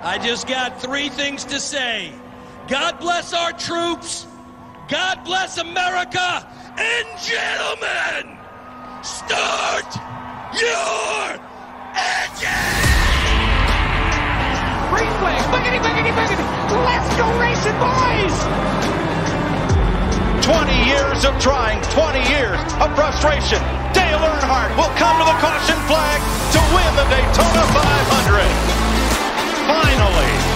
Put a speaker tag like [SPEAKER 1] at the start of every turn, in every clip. [SPEAKER 1] I just got three things to say. God bless our troops. God bless America. And gentlemen, start your engine!
[SPEAKER 2] Green flag, buggity, buggity, buggity. Let's go racing, boys!
[SPEAKER 3] 20 years of trying, 20 years of frustration. Dale Earnhardt will come to the caution flag to win the Daytona 500 finally. Oh,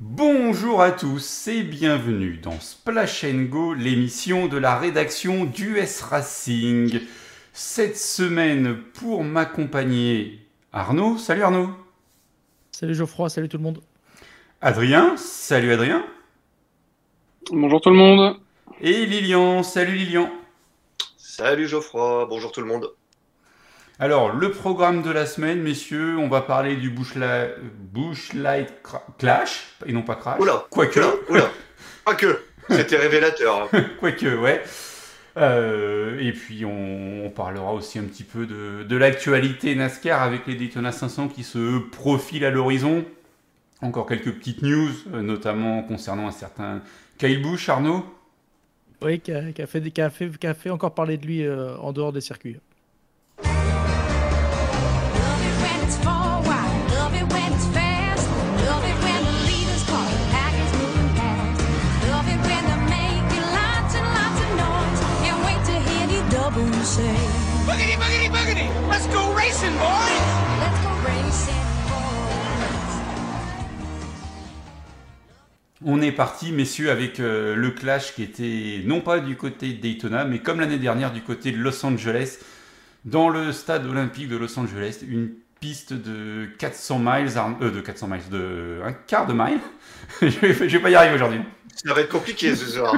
[SPEAKER 4] Bonjour à tous et bienvenue dans Splash Go, l'émission de la rédaction d'US Racing. Cette semaine, pour m'accompagner, Arnaud. Salut Arnaud.
[SPEAKER 5] Salut Geoffroy, salut tout le monde.
[SPEAKER 4] Adrien, salut Adrien.
[SPEAKER 6] Bonjour tout le monde.
[SPEAKER 4] Et Lilian, salut Lilian.
[SPEAKER 7] Salut Geoffroy, bonjour tout le monde.
[SPEAKER 4] Alors, le programme de la semaine, messieurs, on va parler du Bushlight Bush Clash, et non pas Crash.
[SPEAKER 7] Oula,
[SPEAKER 4] quoique.
[SPEAKER 7] Oula, oula. Quoique, c'était révélateur. hein.
[SPEAKER 4] quoique, ouais. Euh, et puis, on, on, parlera aussi un petit peu de, de l'actualité NASCAR avec les Daytona 500 qui se profilent à l'horizon. Encore quelques petites news, euh, notamment concernant un certain Kyle Busch, Arnaud.
[SPEAKER 5] Oui, qui a, qui a, fait, qui a, fait, qui a fait, encore parler de lui euh, en dehors des circuits.
[SPEAKER 4] On est parti, messieurs, avec euh, le clash qui était non pas du côté de Daytona, mais comme l'année dernière du côté de Los Angeles, dans le stade olympique de Los Angeles, une piste de 400 miles, euh, de 400 miles, de un quart de mile. je, vais, je vais pas y arriver aujourd'hui.
[SPEAKER 7] Ça va être compliqué ce soir.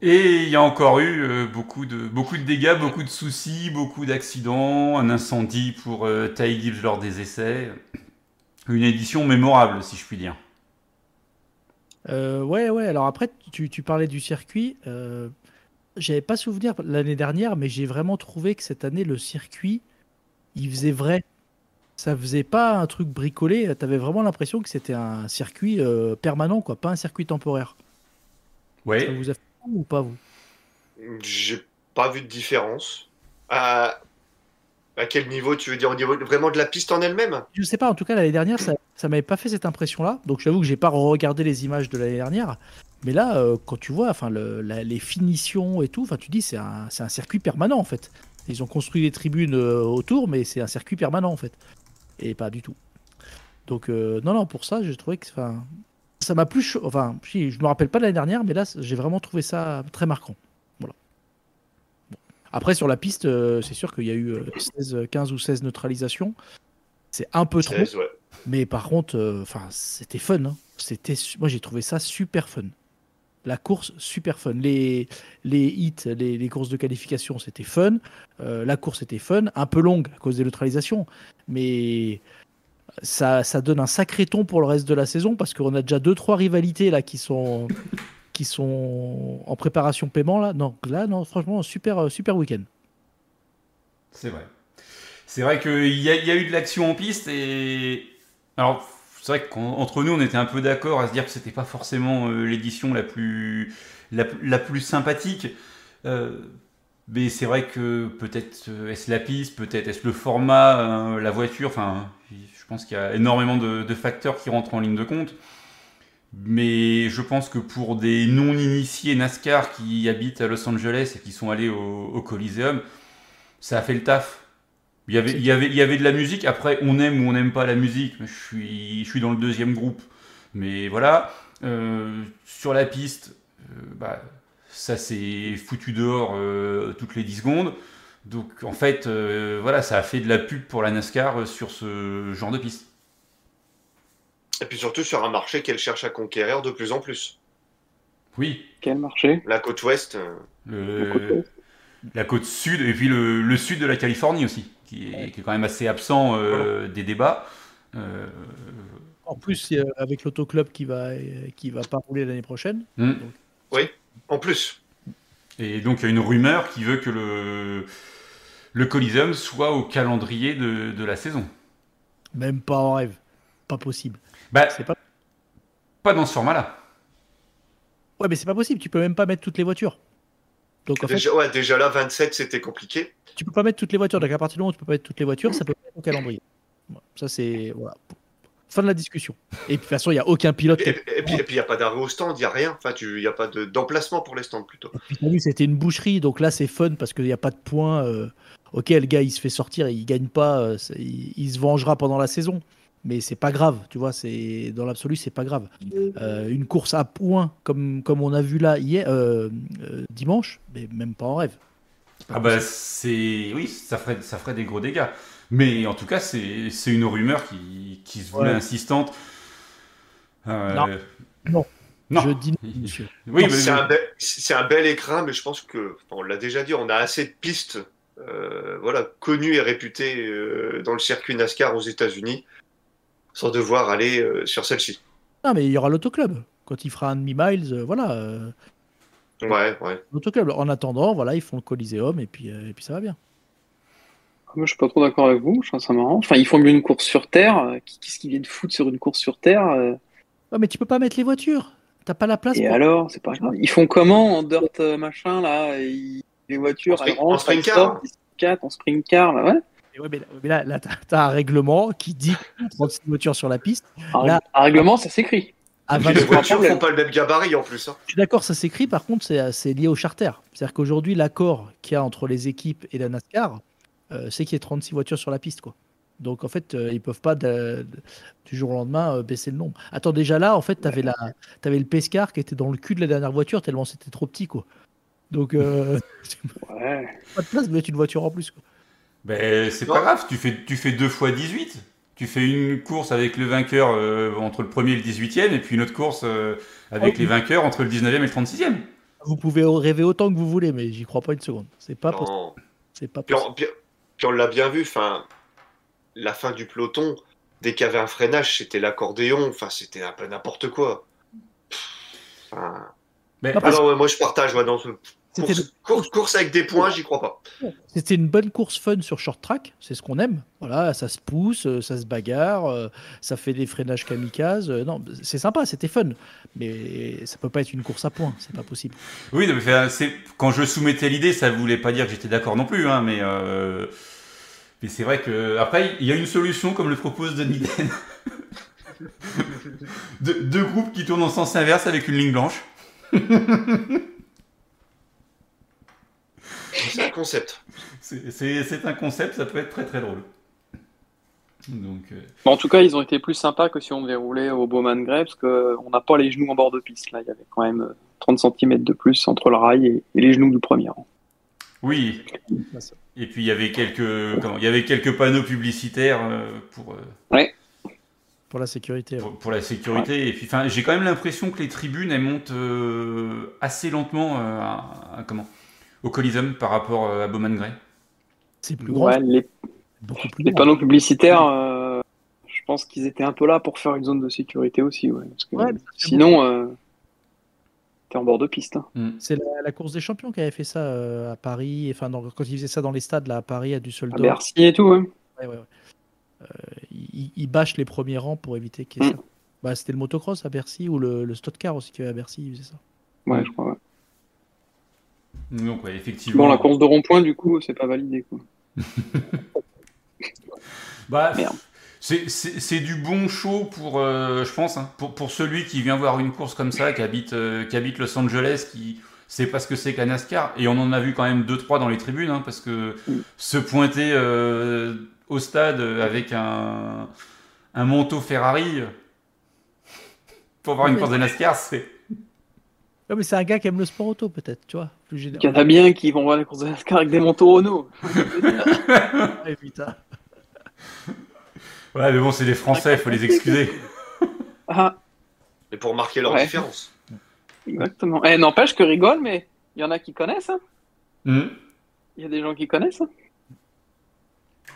[SPEAKER 4] Et il y a encore eu euh, beaucoup, de, beaucoup de dégâts, beaucoup de soucis, beaucoup d'accidents, un incendie pour euh, Ty Gibbs lors des essais. Une édition mémorable, si je puis dire.
[SPEAKER 5] Euh, ouais, ouais. Alors après, tu, tu parlais du circuit. euh, J'avais pas souvenir l'année dernière, mais j'ai vraiment trouvé que cette année, le circuit, il faisait vrai. Ça faisait pas un truc bricolé. T'avais vraiment l'impression que c'était un circuit euh, permanent, quoi, pas un circuit temporaire.
[SPEAKER 4] Ouais.
[SPEAKER 5] Ça vous a ou pas vous
[SPEAKER 7] J'ai pas vu de différence. À... à quel niveau tu veux dire Au niveau vraiment de la piste en elle-même
[SPEAKER 5] Je sais pas, en tout cas l'année dernière ça, ça m'avait pas fait cette impression-là, donc j'avoue que j'ai pas regardé les images de l'année dernière. Mais là, euh, quand tu vois enfin, le, la, les finitions et tout, enfin, tu dis c'est un, un, circuit permanent en fait. Ils ont construit des tribunes euh, autour, mais c'est un circuit permanent en fait. Et pas du tout. Donc euh, non, non, pour ça, j'ai trouvé que ça m'a plus. Enfin, je me rappelle pas de l'année dernière, mais là, j'ai vraiment trouvé ça très marquant. Voilà. Bon. Après, sur la piste, euh, c'est sûr qu'il y a eu 16, 15 ou 16 neutralisations. C'est un peu
[SPEAKER 7] 16, trop.
[SPEAKER 5] Ouais. Mais par contre, enfin, euh, c'était fun. Hein. C'était, moi, j'ai trouvé ça super fun. La course, super fun. Les, les hits, les, les courses de qualification, c'était fun. Euh, la course était fun. Un peu longue à cause des neutralisations. Mais. Ça, ça, donne un sacré ton pour le reste de la saison parce qu'on a déjà deux trois rivalités là qui sont qui sont en préparation paiement là. Non, là non, franchement super euh, super week-end.
[SPEAKER 4] C'est vrai. C'est vrai qu'il y, y, a eu de l'action en piste et alors c'est vrai qu'entre nous on était un peu d'accord à se dire que c'était pas forcément euh, l'édition la plus la, la plus sympathique. Euh... Mais c'est vrai que peut-être euh, est-ce la piste, peut-être est-ce le format, hein, la voiture, enfin, je pense qu'il y a énormément de, de, facteurs qui rentrent en ligne de compte. Mais je pense que pour des non-initiés NASCAR qui habitent à Los Angeles et qui sont allés au, au Coliseum, ça a fait le taf. Il y, avait, il, y avait, il y avait de la musique, après on aime ou on n'aime pas la musique, je suis, je suis dans le deuxième groupe. Mais voilà, Euh, sur la piste, euh, bah, ça s'est foutu dehors euh, toutes les 10 secondes. Donc en fait, euh, voilà, ça a fait de la pub pour la NASCAR euh, sur ce genre de piste.
[SPEAKER 7] Et puis surtout sur un marché qu'elle cherche à conquérir de plus en plus.
[SPEAKER 4] Oui,
[SPEAKER 6] Quel marché
[SPEAKER 7] La côte ouest, euh,
[SPEAKER 4] le-
[SPEAKER 6] La côte ouest.
[SPEAKER 4] la côte sud et puis le, le sud de la Californie aussi, qui est, qui est quand même assez absent euh, des débats. Euh,
[SPEAKER 5] En plus, euh, avec l'autoclub qui va, euh, qui va pas rouler l'année prochaine.
[SPEAKER 4] hmm.
[SPEAKER 7] en plus.
[SPEAKER 4] Et donc il y a une rumeur qui veut que le, le Coliseum soit au calendrier de, de la saison.
[SPEAKER 5] Même pas en rêve. Pas possible.
[SPEAKER 4] Bah,
[SPEAKER 5] C'est pas...
[SPEAKER 4] pas dans ce format-là.
[SPEAKER 5] Ouais, mais c'est pas possible. Tu peux même pas mettre toutes les voitures. Donc en fait,
[SPEAKER 7] Déjà, ouais, déjà là, 27, c'était compliqué.
[SPEAKER 5] tu peux pas mettre toutes les voitures. Donc à partir du moment où tu peux pas mettre toutes les voitures, ça peut pas être au calendrier. Voilà. Ça c'est voilà. Fin de la discussion. Et puis, de toute façon, il y a aucun pilote.
[SPEAKER 7] Et,
[SPEAKER 5] qui-
[SPEAKER 7] et puis, et puis, il n'y a pas d'arrêt au stand, il n'y a rien. Enfin, il n'y a pas de- d'emplacement pour les stands plutôt.
[SPEAKER 5] Puis, t'as vu, c'était une boucherie. Donc là, c'est fun parce qu'il n'y a pas de points. euh, Ok, le gars, il se fait sortir, il gagne pas. euh, c'est- il, il se vengera pendant la saison. Mais c'est pas grave, tu vois. C'est dans l'absolu, c'est pas grave. Euh, une course à points comme comme on a vu là hier, euh, euh, dimanche, mais même pas en rêve.
[SPEAKER 4] Ah bah c'est oui, ça ferait ça ferait des gros dégâts. Mais en tout cas, c'est c'est une rumeur qui, qui se voulait
[SPEAKER 5] Ouais.
[SPEAKER 4] insistante. Euh,
[SPEAKER 5] Non. Non.
[SPEAKER 4] Non.
[SPEAKER 5] Je dis non, monsieur.
[SPEAKER 4] Oui, mais-
[SPEAKER 7] C'est un, bel- c'est un bel écrin, mais je pense que, enfin, on l'a déjà dit, on a assez de pistes euh, voilà, connues et réputées euh, dans le circuit NASCAR aux États-Unis sans devoir aller euh, sur celle-ci.
[SPEAKER 5] Non, mais il y aura l'autoclub. Quand il fera un demi miles, voilà, euh, Mm.
[SPEAKER 7] Ouais, ouais.
[SPEAKER 5] l'autoclub. En attendant, voilà, ils font le Coliseum et puis euh, et puis ça va bien.
[SPEAKER 6] Ah, Moi, je suis pas trop d'accord avec vous. Je trouve ça marrant. Enfin, ils font mieux une course sur Terre. Euh, Qu'est-ce qu'ils viennent foutre sur une course sur Terre euh
[SPEAKER 5] Ouais, mais tu peux pas mettre les voitures. T'as Ah, pas la place.
[SPEAKER 6] Et
[SPEAKER 5] pour-
[SPEAKER 6] alors, c'est pas grave. Ils font comment en dirt euh, machin là Ils- Les voitures,
[SPEAKER 7] En
[SPEAKER 6] elles
[SPEAKER 7] sprint- en
[SPEAKER 6] rentrent,
[SPEAKER 7] sprint
[SPEAKER 6] elles
[SPEAKER 7] car.
[SPEAKER 6] sortent, ils se quatre en sprint car là, ouais.
[SPEAKER 5] Et ouais, mais là- mais là, là, t'as- t'as un règlement qui dit 36 voitures sur la piste.
[SPEAKER 6] Un,
[SPEAKER 5] Là-
[SPEAKER 6] un règlement, ça s'écrit.
[SPEAKER 5] À
[SPEAKER 7] Puis les
[SPEAKER 5] 23
[SPEAKER 7] voitures
[SPEAKER 6] problème.
[SPEAKER 7] font pas le même gabarit en plus. hein.
[SPEAKER 5] Je suis d'accord, ça s'écrit. Par contre, c'est c'est lié au charter. C'est-à-dire qu'aujourd'hui, l'accord qu'il y a entre les équipes et la NASCAR, euh, c'est qu'il y ait 36 voitures sur la piste. quoi. Donc, en fait, euh, ils peuvent pas, de- de- du jour au lendemain, euh, baisser le nombre. Attends, déjà là, en fait, tu avais, avais le Pescar qui était dans le cul de la dernière voiture tellement c'était trop petit. quoi. Donc, euh,
[SPEAKER 6] Ouais.
[SPEAKER 5] pas de place de mettre une voiture en plus. quoi.
[SPEAKER 4] ben, c'est pas
[SPEAKER 7] Non.
[SPEAKER 4] grave, tu fais tu fais deux fois 18. Tu fais une course avec le vainqueur euh, entre le premier et le 18e et puis une autre course euh, avec
[SPEAKER 5] Oh.
[SPEAKER 4] les vainqueurs entre le 19e et le 36e.
[SPEAKER 5] Vous pouvez rêver autant que vous voulez, mais j'y crois pas une seconde. C'est pas possible.
[SPEAKER 7] Non.
[SPEAKER 5] C'est pas
[SPEAKER 7] Puis
[SPEAKER 5] possible.
[SPEAKER 7] on, puis- puis on l'a bien vu, enfin, la fin du peloton, dès qu'il y avait un freinage, c'était l'accordéon, enfin, c'était un peu n'importe quoi. Pff, enfin,
[SPEAKER 4] Ben,
[SPEAKER 5] Après,
[SPEAKER 7] ah non, ouais, moi je partage, ouais, dans ce-
[SPEAKER 5] C'était
[SPEAKER 7] course, course, course avec des points, j'y crois pas.
[SPEAKER 5] C'était une bonne course fun sur short track, c'est ce qu'on aime. Voilà, ça se pousse, euh, ça se bagarre, euh, ça fait des freinages kamikazes. euh, Non, c'est sympa, c'était fun, mais ça peut pas être une course à points, c'est pas possible.
[SPEAKER 4] Oui, non, mais enfin, c'est- quand je soumettais l'idée, ça voulait pas dire que j'étais d'accord non plus, hein, mais, euh, mais c'est vrai que après, il y a une solution comme le propose Denis Den. De- deux groupes qui tournent en sens inverse avec une ligne blanche.
[SPEAKER 7] C'est un concept.
[SPEAKER 4] C'est- C'est c'est un concept, ça peut être très très drôle. Donc, euh,
[SPEAKER 6] Mais en tout cas, ils ont été plus sympas que si on devait rouler au Bowman Grey, parce qu'on n'a pas les genoux en bord de piste. Là, il y avait quand même euh, 30 cm de plus entre le rail et, et les genoux du premier rang.
[SPEAKER 4] oui. Et puis il y avait quelques, comment, il y avait quelques panneaux publicitaires euh, pour. euh,
[SPEAKER 5] Pour la sécurité. ouais.
[SPEAKER 4] pour, pour la sécurité. Et puis, enfin, j'ai quand même l'impression que les tribunes elles montent euh, assez lentement euh, à, à- comment au Coliseum par rapport euh, à Bowman Gray.
[SPEAKER 5] C'est plus grand,
[SPEAKER 6] Ouais, les,
[SPEAKER 5] beaucoup plus
[SPEAKER 6] les
[SPEAKER 5] grand.
[SPEAKER 6] panneaux publicitaires, euh, je pense qu'ils étaient un peu là pour faire une zone de sécurité aussi. Ouais, parce que,
[SPEAKER 5] Ouais, mais c'est
[SPEAKER 6] sinon, euh, t'es en bord de piste. hein.
[SPEAKER 5] C'est la, la course des champions qui avait fait ça euh, à Paris, enfin dans- quand ils faisaient ça dans les stades là à Paris à
[SPEAKER 6] À
[SPEAKER 5] Düsseldorf.
[SPEAKER 6] Bercy et tout. ouais.
[SPEAKER 5] Ouais, ouais, ouais. Euh, ils, ils bâchent les premiers rangs pour éviter qu'il y ait
[SPEAKER 6] Mm.
[SPEAKER 5] ça. Bah, c'était le motocross à Bercy ou le, le Stockcar aussi qu'il y avait à Bercy, ils faisaient ça.
[SPEAKER 6] Ouais, je crois, ouais.
[SPEAKER 4] Donc, ouais, effectivement.
[SPEAKER 6] Bon, la course de rond-point, du coup, c'est pas validé. Quoi.
[SPEAKER 4] Bah,
[SPEAKER 6] Merde.
[SPEAKER 4] c'est- C'est c'est du bon show pour, euh, je pense, hein, pour, pour celui qui vient voir une course comme ça, qui habite, euh, qui habite Los Angeles, qui sait pas ce que c'est que la NASCAR. Et on en a vu quand même deux trois dans les tribunes, hein, parce que
[SPEAKER 6] Mm.
[SPEAKER 4] se pointer euh, au stade avec un, un manteau Ferrari, Pour voir une course de NASCAR, c'est.
[SPEAKER 5] Ouais, mais c'est un gars qui aime le sport auto, peut-être, tu vois. Plus
[SPEAKER 6] Il y en
[SPEAKER 5] général.
[SPEAKER 6] a bien qui vont voir les courses de NASCAR avec des manteaux Renault.
[SPEAKER 5] Ouais, hein. putain.
[SPEAKER 4] Ouais, mais bon, c'est les Français, faut les excuser.
[SPEAKER 6] Ah,
[SPEAKER 7] Et pour marquer leur
[SPEAKER 6] Ouais.
[SPEAKER 7] différence.
[SPEAKER 6] exactement. Eh, n'empêche que rigole, mais il y en a qui connaissent. hein.
[SPEAKER 4] Hmm,
[SPEAKER 6] Il y a des gens qui connaissent. hein.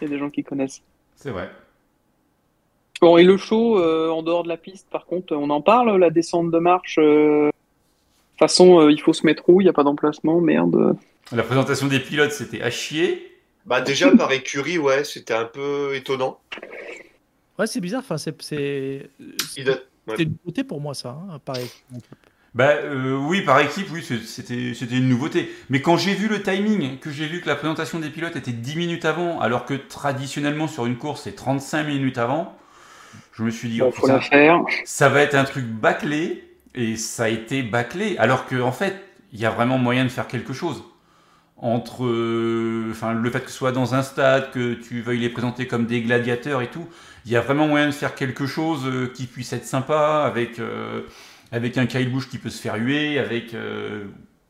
[SPEAKER 6] Il y a des gens qui connaissent.
[SPEAKER 4] c'est vrai.
[SPEAKER 6] Bon, et le show, euh, en dehors de la piste, par contre, on en parle, la descente de marche. euh, De toute façon, euh, il faut se mettre où, il n'y a pas d'emplacement, merde.
[SPEAKER 4] La présentation des pilotes, c'était à chier.
[SPEAKER 7] Bah déjà par écurie, ouais, c'était un peu étonnant.
[SPEAKER 5] Ouais, c'est bizarre. Enfin, c'est c'est
[SPEAKER 7] Il a-
[SPEAKER 5] c'était une beauté pour moi, ça. hein, pareil.
[SPEAKER 4] Bah euh, oui, par équipe, oui, c'est- c'était c'était une nouveauté. Mais quand j'ai vu le timing, que j'ai vu que la présentation des pilotes était 10 minutes avant, alors que traditionnellement sur une course, c'est 35 minutes avant, je me suis dit,
[SPEAKER 6] Il
[SPEAKER 4] oh,
[SPEAKER 6] faut
[SPEAKER 4] putain,
[SPEAKER 6] la faire.
[SPEAKER 4] ça va être un truc bâclé, et ça a été bâclé, alors que en fait, il y a vraiment moyen de faire quelque chose. Entre euh, enfin, le fait que ce soit dans un stade, que tu veuilles les présenter comme des gladiateurs et tout, il y a vraiment moyen de faire quelque chose euh, qui puisse être sympa, avec, euh, avec un Kyle Busch qui peut se faire huer, avec euh,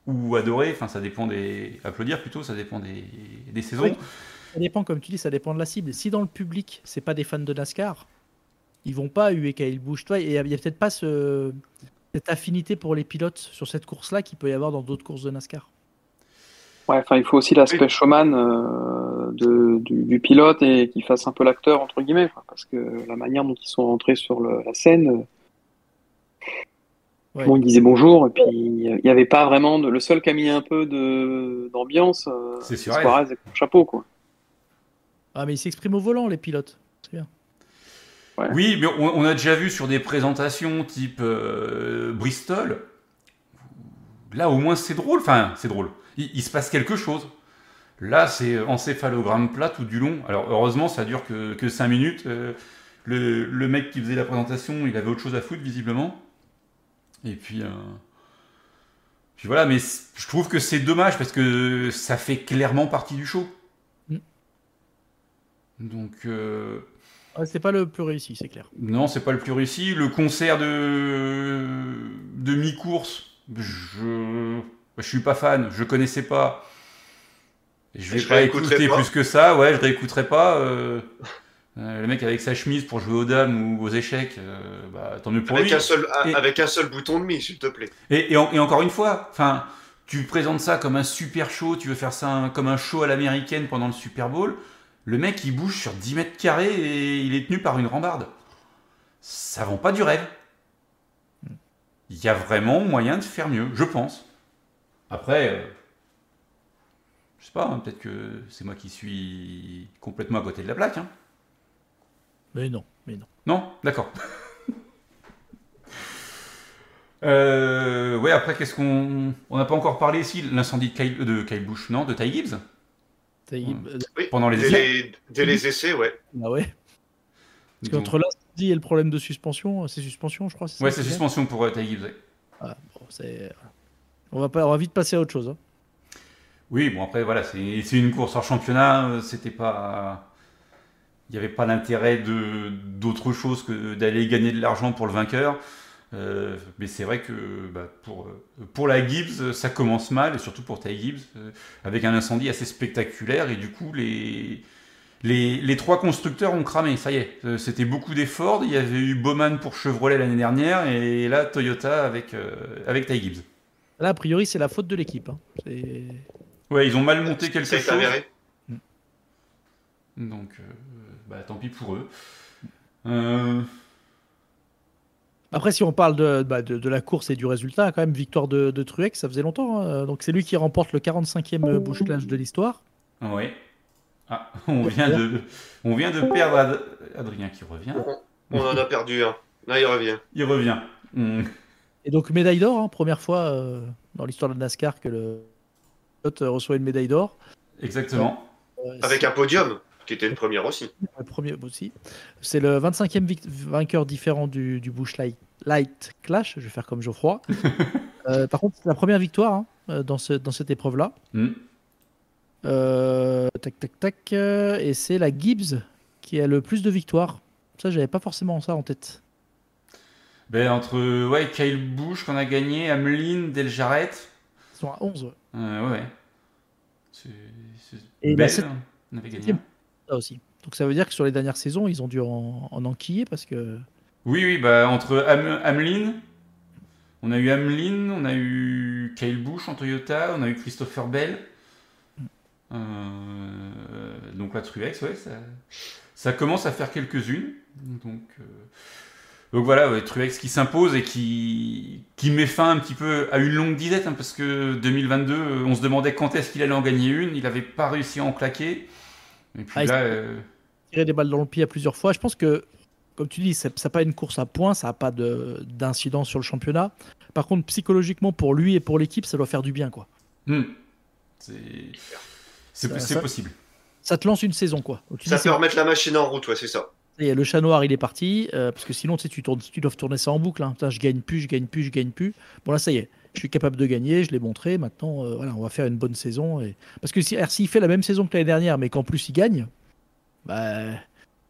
[SPEAKER 4] ou adorer, enfin ça dépend des. applaudir plutôt, ça dépend des, des saisons.
[SPEAKER 5] Oui. Ça dépend, comme tu dis, ça dépend de la cible. Si dans le public, c'est pas des fans de NASCAR, ils vont pas huer Kyle Busch. Toi, il y a, il y a peut-être pas ce- cette affinité pour les pilotes sur cette course-là qu'il peut y avoir dans d'autres courses de NASCAR.
[SPEAKER 6] Ouais, enfin, il faut aussi l'aspect showman euh, de, du, du pilote et qu'il fasse un peu l'acteur, entre guillemets, quoi, parce que la manière dont ils sont rentrés sur le- la scène, euh,
[SPEAKER 5] Ouais.
[SPEAKER 6] bon, ils disaient bonjour, et puis euh, il n'y avait pas vraiment de. Le seul qui a mis un peu de- d'ambiance, euh,
[SPEAKER 4] C'est
[SPEAKER 6] c'est
[SPEAKER 4] Suarez.
[SPEAKER 6] Suarez avec son chapeau, quoi.
[SPEAKER 5] Ah, mais ils s'expriment au volant, les pilotes.
[SPEAKER 4] Oui, mais on, on a déjà vu sur des présentations type euh, Bristol. Là, au moins, c'est drôle. Enfin, c'est drôle. Il, il se passe quelque chose. Là, c'est encéphalogramme plat tout du long. Alors, heureusement, ça dure que, que 5 minutes. Euh, le, le mec qui faisait la présentation, il avait autre chose à foutre, visiblement. Et puis. euh, Puis voilà, mais c- je trouve que c'est dommage parce que ça fait clairement partie du show.
[SPEAKER 5] Mm.
[SPEAKER 4] Donc. euh,
[SPEAKER 5] Ouais, Ah, c'est pas le plus réussi, c'est clair.
[SPEAKER 4] non, c'est pas le plus réussi. Le concert de, de mi-course, je... je suis pas fan, je connaissais pas. Je vais
[SPEAKER 7] Je
[SPEAKER 4] pas
[SPEAKER 7] réécouterai
[SPEAKER 4] écouter
[SPEAKER 7] pas.
[SPEAKER 4] plus que ça, ouais, je réécouterai pas. euh, euh, le mec avec sa chemise pour jouer aux dames ou aux échecs, euh, bah, tant mieux pour
[SPEAKER 7] Avec
[SPEAKER 4] lui.
[SPEAKER 7] un, seul, un-
[SPEAKER 4] Et-
[SPEAKER 7] avec un seul bouton de mi, s'il te plaît.
[SPEAKER 4] Et, et en- et encore une fois, enfin, tu présentes ça comme un super show, tu veux faire ça un- comme un show à l'américaine pendant le Super Bowl. Le mec, il bouge sur 10 mètres carrés et il est tenu par une rambarde. Ça vend pas du rêve. Il y a vraiment moyen de faire mieux, je pense. Après, euh, je sais pas, hein, peut-être que c'est moi qui suis complètement à côté de la plaque. hein.
[SPEAKER 5] Mais non, mais non.
[SPEAKER 4] Non D'accord. Euh, ouais, après, qu'est-ce qu'on. On n'a pas encore parlé ici de l'incendie de Kyle, de Kyle Busch, non De Ty Gibbs
[SPEAKER 5] C'est-
[SPEAKER 4] Hmm.
[SPEAKER 5] Ah
[SPEAKER 7] Oui.
[SPEAKER 4] Pendant les
[SPEAKER 7] Dès
[SPEAKER 4] essais.
[SPEAKER 7] les, dès les essais, ouais.
[SPEAKER 5] ouais. Parce
[SPEAKER 4] Donc-
[SPEAKER 5] qu'entre l'incendie et le problème de suspension, euh, c'est suspension, je crois. ça
[SPEAKER 4] Ouais, c'est
[SPEAKER 5] que c'est
[SPEAKER 4] suspension pour euh, Ty Gibbs. ouais.
[SPEAKER 5] Ah, bon, c'est- on, va pas... on va vite passer à autre chose. hein.
[SPEAKER 4] Oui, bon, après, voilà, c'est c'est une course hors championnat, euh, c'était pas. Il n'y avait pas l'intérêt de- d'autre chose que d'aller gagner de l'argent pour le vainqueur. Euh, mais c'est vrai que bah, pour, euh, pour la Gibbs, ça commence mal, et surtout pour Ty Gibbs, euh, avec un incendie assez spectaculaire. Et du coup, les, les, les trois constructeurs ont cramé, ça y est. Euh, C'était beaucoup d'efforts. Il y avait eu Bowman pour Chevrolet l'année dernière, et là, Toyota avec, euh, avec Ty Gibbs.
[SPEAKER 5] Là, a priori, c'est la faute de l'équipe. hein. C'est-
[SPEAKER 4] Ouais, ils ont mal monté quelque
[SPEAKER 7] Ça
[SPEAKER 4] chose.
[SPEAKER 7] est avéré.
[SPEAKER 4] Donc, euh, bah, tant pis pour eux. Euh,
[SPEAKER 5] Après, si on parle de, bah, de, de la course et du résultat, quand même, victoire de, de Truex, ça faisait longtemps. hein. Donc, c'est lui qui remporte le 45e Bush Clash de l'histoire.
[SPEAKER 4] ouais. Ah, on vient de, on vient de perdre Ad- Adrien qui revient.
[SPEAKER 7] On en a perdu un. Là, il revient.
[SPEAKER 4] Il revient. Hmm, On-
[SPEAKER 5] Et donc, médaille d'or, hein, première fois euh, dans l'histoire de NASCAR que le pilote reçoit une médaille d'or.
[SPEAKER 4] Exactement.
[SPEAKER 5] Euh,
[SPEAKER 7] Avec un podium, qui était le premier aussi.
[SPEAKER 5] Le premier aussi. C'est le 25e vic- vainqueur différent du, du Bush Light, Light Clash. Je vais faire comme Geoffroy. Euh, par contre, c'est la première victoire hein, euh, dans, ce- dans cette épreuve-là.
[SPEAKER 4] Hmm.
[SPEAKER 5] Euh, tac, tac, tac. euh, et c'est la Gibbs qui a le plus de victoires. Ça, j'avais pas forcément ça en tête.
[SPEAKER 4] Ben, entre ouais, Kyle Busch qu'on a gagné, Ameline, Del Jarrett.
[SPEAKER 5] Ils sont à 11. ouais.
[SPEAKER 4] Euh, ouais, ouais. C'est- c'est
[SPEAKER 5] Et la
[SPEAKER 4] belle,
[SPEAKER 5] sept-
[SPEAKER 4] hein. On avait gagné.
[SPEAKER 5] septième. Ça aussi. Donc ça veut dire que sur les dernières saisons, ils ont dû en, en enquiller parce que.
[SPEAKER 4] Oui, oui, bah, entre Am- Ameline, on a eu Ameline, on a eu Kyle Busch en Toyota, on a eu Christopher Bell. Euh, donc la Truex, ouais, ça, ça commence à faire quelques-unes. Donc, euh, donc voilà, ouais, Truex qui s'impose et qui, qui met fin un petit peu à une longue disette, hein, parce que 2022, euh, on se demandait quand est-ce qu'il allait en gagner une, il n'avait pas réussi à en claquer. Et puis
[SPEAKER 5] Ah, il-
[SPEAKER 4] là, euh,
[SPEAKER 5] tirer des balles dans le pied à plusieurs fois. Je pense que, comme tu dis, ça n'a pas une course à points, ça n'a pas de- d'incidence sur le championnat. Par contre, psychologiquement, pour lui et pour l'équipe, ça doit faire du bien. quoi.
[SPEAKER 4] hmm, c'est- c'est
[SPEAKER 5] Ça-
[SPEAKER 4] c'est
[SPEAKER 5] ça-
[SPEAKER 4] possible.
[SPEAKER 5] Ça te lance une saison. quoi. Donc, tu
[SPEAKER 7] Ça
[SPEAKER 5] dis,
[SPEAKER 7] peut
[SPEAKER 5] c'est-
[SPEAKER 7] remettre la machine en route, ouais, c'est ça.
[SPEAKER 5] ça y est, le chat noir, il est parti. euh, parce que sinon, tu sais, tu, tournes, tu dois tourner ça en boucle. hein. Putain, je gagne plus, je gagne plus, je gagne plus. Bon, là, ça y est. Je suis capable de gagner, je l'ai montré. Maintenant, euh, voilà, on va faire une bonne saison. Et... Parce que si, alors, s'il fait la même saison que l'année dernière, mais qu'en plus il gagne, bah,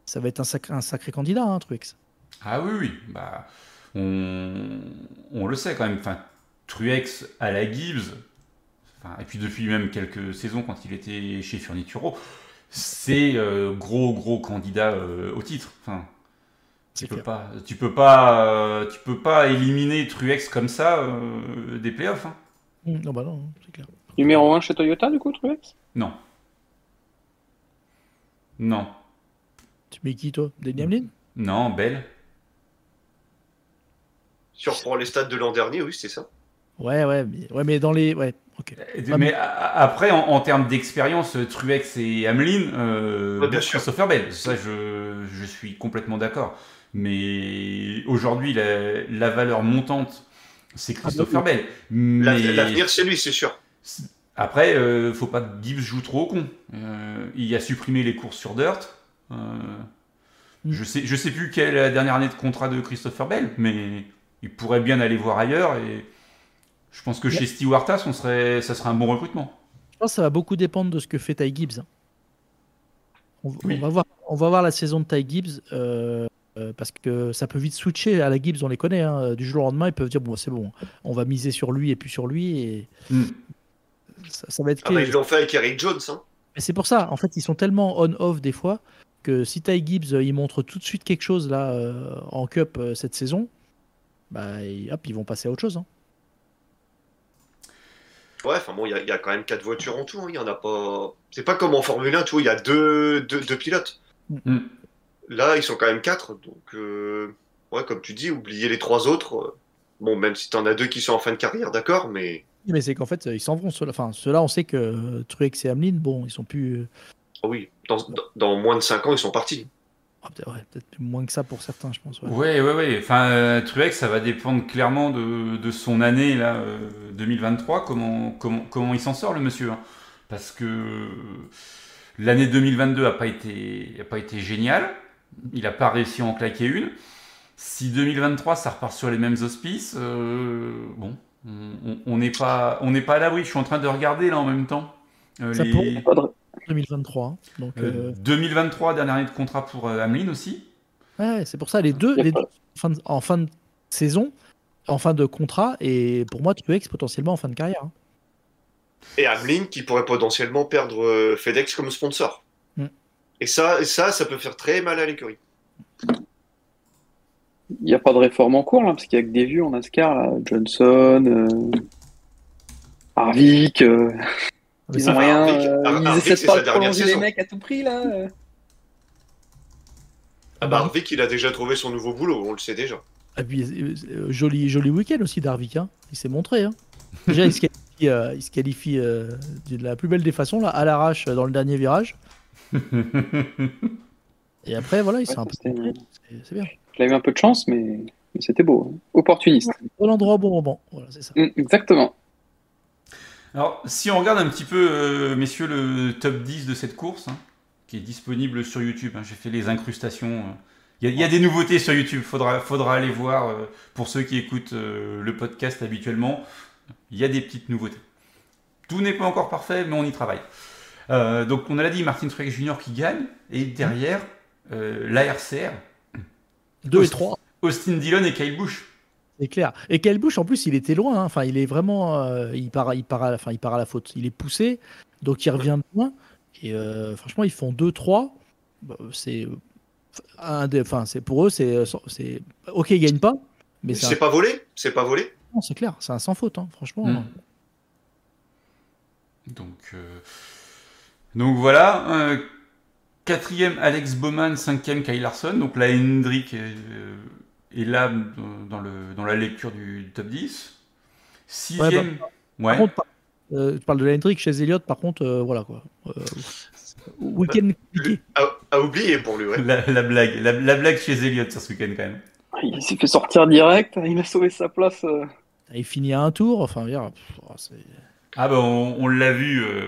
[SPEAKER 5] ça va être un sacré, un sacré candidat, hein, Truex.
[SPEAKER 4] Ah oui, oui, bah, on, on le sait quand même. Enfin, Truex à la Gibbs, enfin, et puis depuis même quelques saisons quand il était chez Furnituro, c'est euh, gros, gros candidat euh, au titre. Enfin, tu
[SPEAKER 5] C'est
[SPEAKER 4] peux
[SPEAKER 5] clair.
[SPEAKER 4] pas, tu peux pas, euh, tu peux pas éliminer Truex comme ça euh, des playoffs. hein.
[SPEAKER 5] Mm, Non, bah non, c'est clair.
[SPEAKER 6] Numéro 1 chez Toyota, du coup, Truex
[SPEAKER 4] Non, non,
[SPEAKER 5] Tu mets qui, toi Denny
[SPEAKER 4] Mm.
[SPEAKER 5] Hamlin
[SPEAKER 4] non, Belle.
[SPEAKER 7] Si on reprend les stats de l'an dernier, oui, c'est ça.
[SPEAKER 5] Ouais, ouais, mais, ouais, mais dans les. Ouais, ok.
[SPEAKER 4] Mais, a- a- après, en, en termes d'expérience, euh, Truex et Hamlin, euh,
[SPEAKER 7] Ouais, bien
[SPEAKER 4] Bush,
[SPEAKER 7] sûr.
[SPEAKER 4] Christopher Bell, ça je, je suis complètement d'accord. Mais aujourd'hui, la, la valeur montante, c'est Christopher Bell.
[SPEAKER 7] Ah, La-
[SPEAKER 4] Mais
[SPEAKER 7] L'avenir, c'est lui, c'est sûr.
[SPEAKER 4] après, euh, faut pas que Gibbs joue trop au con. Euh, il a supprimé les courses sur dirt. Euh,
[SPEAKER 5] Mm.
[SPEAKER 4] Je sais, je sais plus quelle est la dernière année de contrat de Christopher Bell, mais il pourrait bien aller voir ailleurs. Et je pense que
[SPEAKER 5] Ouais.
[SPEAKER 4] chez Stewartas, on serait, ça serait un bon recrutement.
[SPEAKER 5] Je pense que ça va beaucoup dépendre de ce que fait Ty Gibbs. hein. On, on
[SPEAKER 4] Oui.
[SPEAKER 5] va voir, on va voir la saison de Ty Gibbs. euh, euh, parce que ça peut vite switcher. À la Gibbs, on les connaît. hein. Du jour au lendemain, ils peuvent dire bon, c'est bon, on va miser sur lui et puis sur lui. Et
[SPEAKER 4] Mm.
[SPEAKER 5] ça, ça va être
[SPEAKER 7] Ah,
[SPEAKER 5] clé.
[SPEAKER 7] bah, ils l'ont fait avec Eric Jones. Hein.
[SPEAKER 5] Mais c'est pour ça, en fait, ils sont tellement on-off des fois que si Ty Gibbs euh, il montre tout de suite quelque chose là euh, en Cup euh, cette saison, bah et hop, ils vont passer à autre chose. hein.
[SPEAKER 7] Ouais, enfin bon, il y, a- il y a quand même quatre voitures en tout. hein, Il y en a pas. C'est pas comme en Formule 1, tu vois, il y a deux, deux, deux pilotes.
[SPEAKER 4] Mm.
[SPEAKER 7] Là, ils sont quand même quatre. Donc, euh, ouais, comme tu dis, oubliez les trois autres. euh, Bon, même si t'en as deux qui sont en fin de carrière, d'accord, mais
[SPEAKER 5] Oui, Mais c'est qu'en fait, euh, ils s'en vont. Ceux-là, enfin, ceux-là on sait que euh, Truex et Hamlin, bon, ils sont plus. euh,
[SPEAKER 7] ah oui, dans, dans- dans moins de cinq ans, ils sont partis.
[SPEAKER 5] ah, peut-être ouais, peut-être moins que ça pour certains, je pense. ouais.
[SPEAKER 4] Ouais, ouais, ouais. Enfin, euh, Truex, ça va dépendre clairement de, de son année, là, euh, 2023, comment, comment, comment il s'en sort, le monsieur. hein. Parce que euh, l'année 2022 n'a pas été, a pas été géniale. Il n'a pas réussi à en claquer une. Si 2023, ça repart sur les mêmes auspices, euh, bon, on- on on n'est pas, on n'est pas à l'abri. Je suis en train de regarder, là, en même temps. euh,
[SPEAKER 5] Ça
[SPEAKER 4] les-
[SPEAKER 5] pourrait
[SPEAKER 6] Pas de-
[SPEAKER 5] 2023. hein. Donc,
[SPEAKER 4] euh,
[SPEAKER 5] euh,
[SPEAKER 4] 2023, dernière année de contrat pour euh, Hamlin aussi.
[SPEAKER 5] ouais, c'est pour ça les deux,
[SPEAKER 6] Y a
[SPEAKER 5] les
[SPEAKER 6] pas-
[SPEAKER 5] deux en, fin de, en fin de saison, en fin de contrat, et pour moi Truex potentiellement en fin de carrière. hein.
[SPEAKER 7] Et Hamlin qui pourrait potentiellement perdre euh, FedEx comme sponsor.
[SPEAKER 5] Mm.
[SPEAKER 7] Et ça, et ça, ça peut faire très mal à l'écurie.
[SPEAKER 6] Il n'y a pas de réforme en cours, là, parce qu'il y a que des vieux en NASCAR, là. Johnson, euh... Harvick, euh,
[SPEAKER 5] Mais
[SPEAKER 6] ils
[SPEAKER 5] ça-
[SPEAKER 6] ont
[SPEAKER 7] va,
[SPEAKER 6] rien.
[SPEAKER 7] Harvick-
[SPEAKER 6] euh,
[SPEAKER 7] Har-
[SPEAKER 6] Ils
[SPEAKER 7] Harvick,
[SPEAKER 6] essaient
[SPEAKER 7] c'est
[SPEAKER 6] de pas
[SPEAKER 7] sa
[SPEAKER 6] de
[SPEAKER 7] dernière
[SPEAKER 6] prolonger les
[SPEAKER 7] saison.
[SPEAKER 6] mecs à tout prix, là. euh.
[SPEAKER 7] Ah bah, Harvick, il a déjà trouvé son nouveau boulot, on le sait déjà.
[SPEAKER 5] Et puis, euh, euh, joli, joli week-end aussi d'Arvik. hein. Il s'est montré. hein. Déjà, il se qualifie, euh, il se qualifie, euh, de la plus belle des façons, là, à l'arrache euh, dans le dernier virage. Et après, voilà, il s'est
[SPEAKER 6] Ouais,
[SPEAKER 5] un peu
[SPEAKER 6] c'était-
[SPEAKER 5] montré. C'est- C'est bien.
[SPEAKER 6] Il a eu un peu de chance, mais, mais c'était beau. hein. Opportuniste.
[SPEAKER 5] Bon endroit, au bon moment. Voilà, c'est ça.
[SPEAKER 6] Mm, exactement.
[SPEAKER 4] Alors, si on regarde un petit peu, euh, messieurs, le top 10 de cette course, hein, qui est disponible sur YouTube, hein, j'ai fait les incrustations. euh. Il y, a- il y a des nouveautés sur YouTube, faudra, faudra aller voir. euh, pour ceux qui écoutent euh, le podcast habituellement, il y a des petites nouveautés. Tout n'est pas encore parfait, mais on y travaille. Euh, donc, on a l'a dit, Martin Truex Jr. qui gagne, et euh, derrière, l'ARCR,
[SPEAKER 5] 2 et
[SPEAKER 4] Austin.
[SPEAKER 5] 3.
[SPEAKER 4] Austin Dillon et Kyle Busch.
[SPEAKER 5] C'est clair. Et quelle bouche en plus, il était loin. hein. Enfin, il est vraiment, euh, il part, il part, à la, enfin, il part à la faute. Il est poussé, donc il revient de loin. Et euh, franchement, ils font 2-3. Bah, c'est un des- enfin, c'est pour eux, c'est, euh, c'est ok, ils gagnent pas, mais c'est,
[SPEAKER 7] C'est pas volé C'est pas volé
[SPEAKER 5] un- non, c'est clair, c'est un sans faute, hein, franchement.
[SPEAKER 4] Mm. Donc, euh, donc voilà. euh, Quatrième Alex Bowman, cinquième Kyle Larson. Donc là, Hendrick est, euh, est là dans- dans, le, dans la lecture du top 10. Sixième. Ouais.
[SPEAKER 5] Par contre, par- euh, tu parles de Hendrick chez Elliott, par contre, euh, voilà quoi. Euh, week-end compliqué.
[SPEAKER 7] à, à oublier pour lui, ouais.
[SPEAKER 4] la, la blague, la, la blague chez Elliott sur ce week-end quand même.
[SPEAKER 6] Il s'est fait sortir direct, il a sauvé sa place. euh.
[SPEAKER 5] Il finit à un tour, enfin, je veux dire, pff, oh, c'est-
[SPEAKER 4] Ah ben on, on l'a vu euh,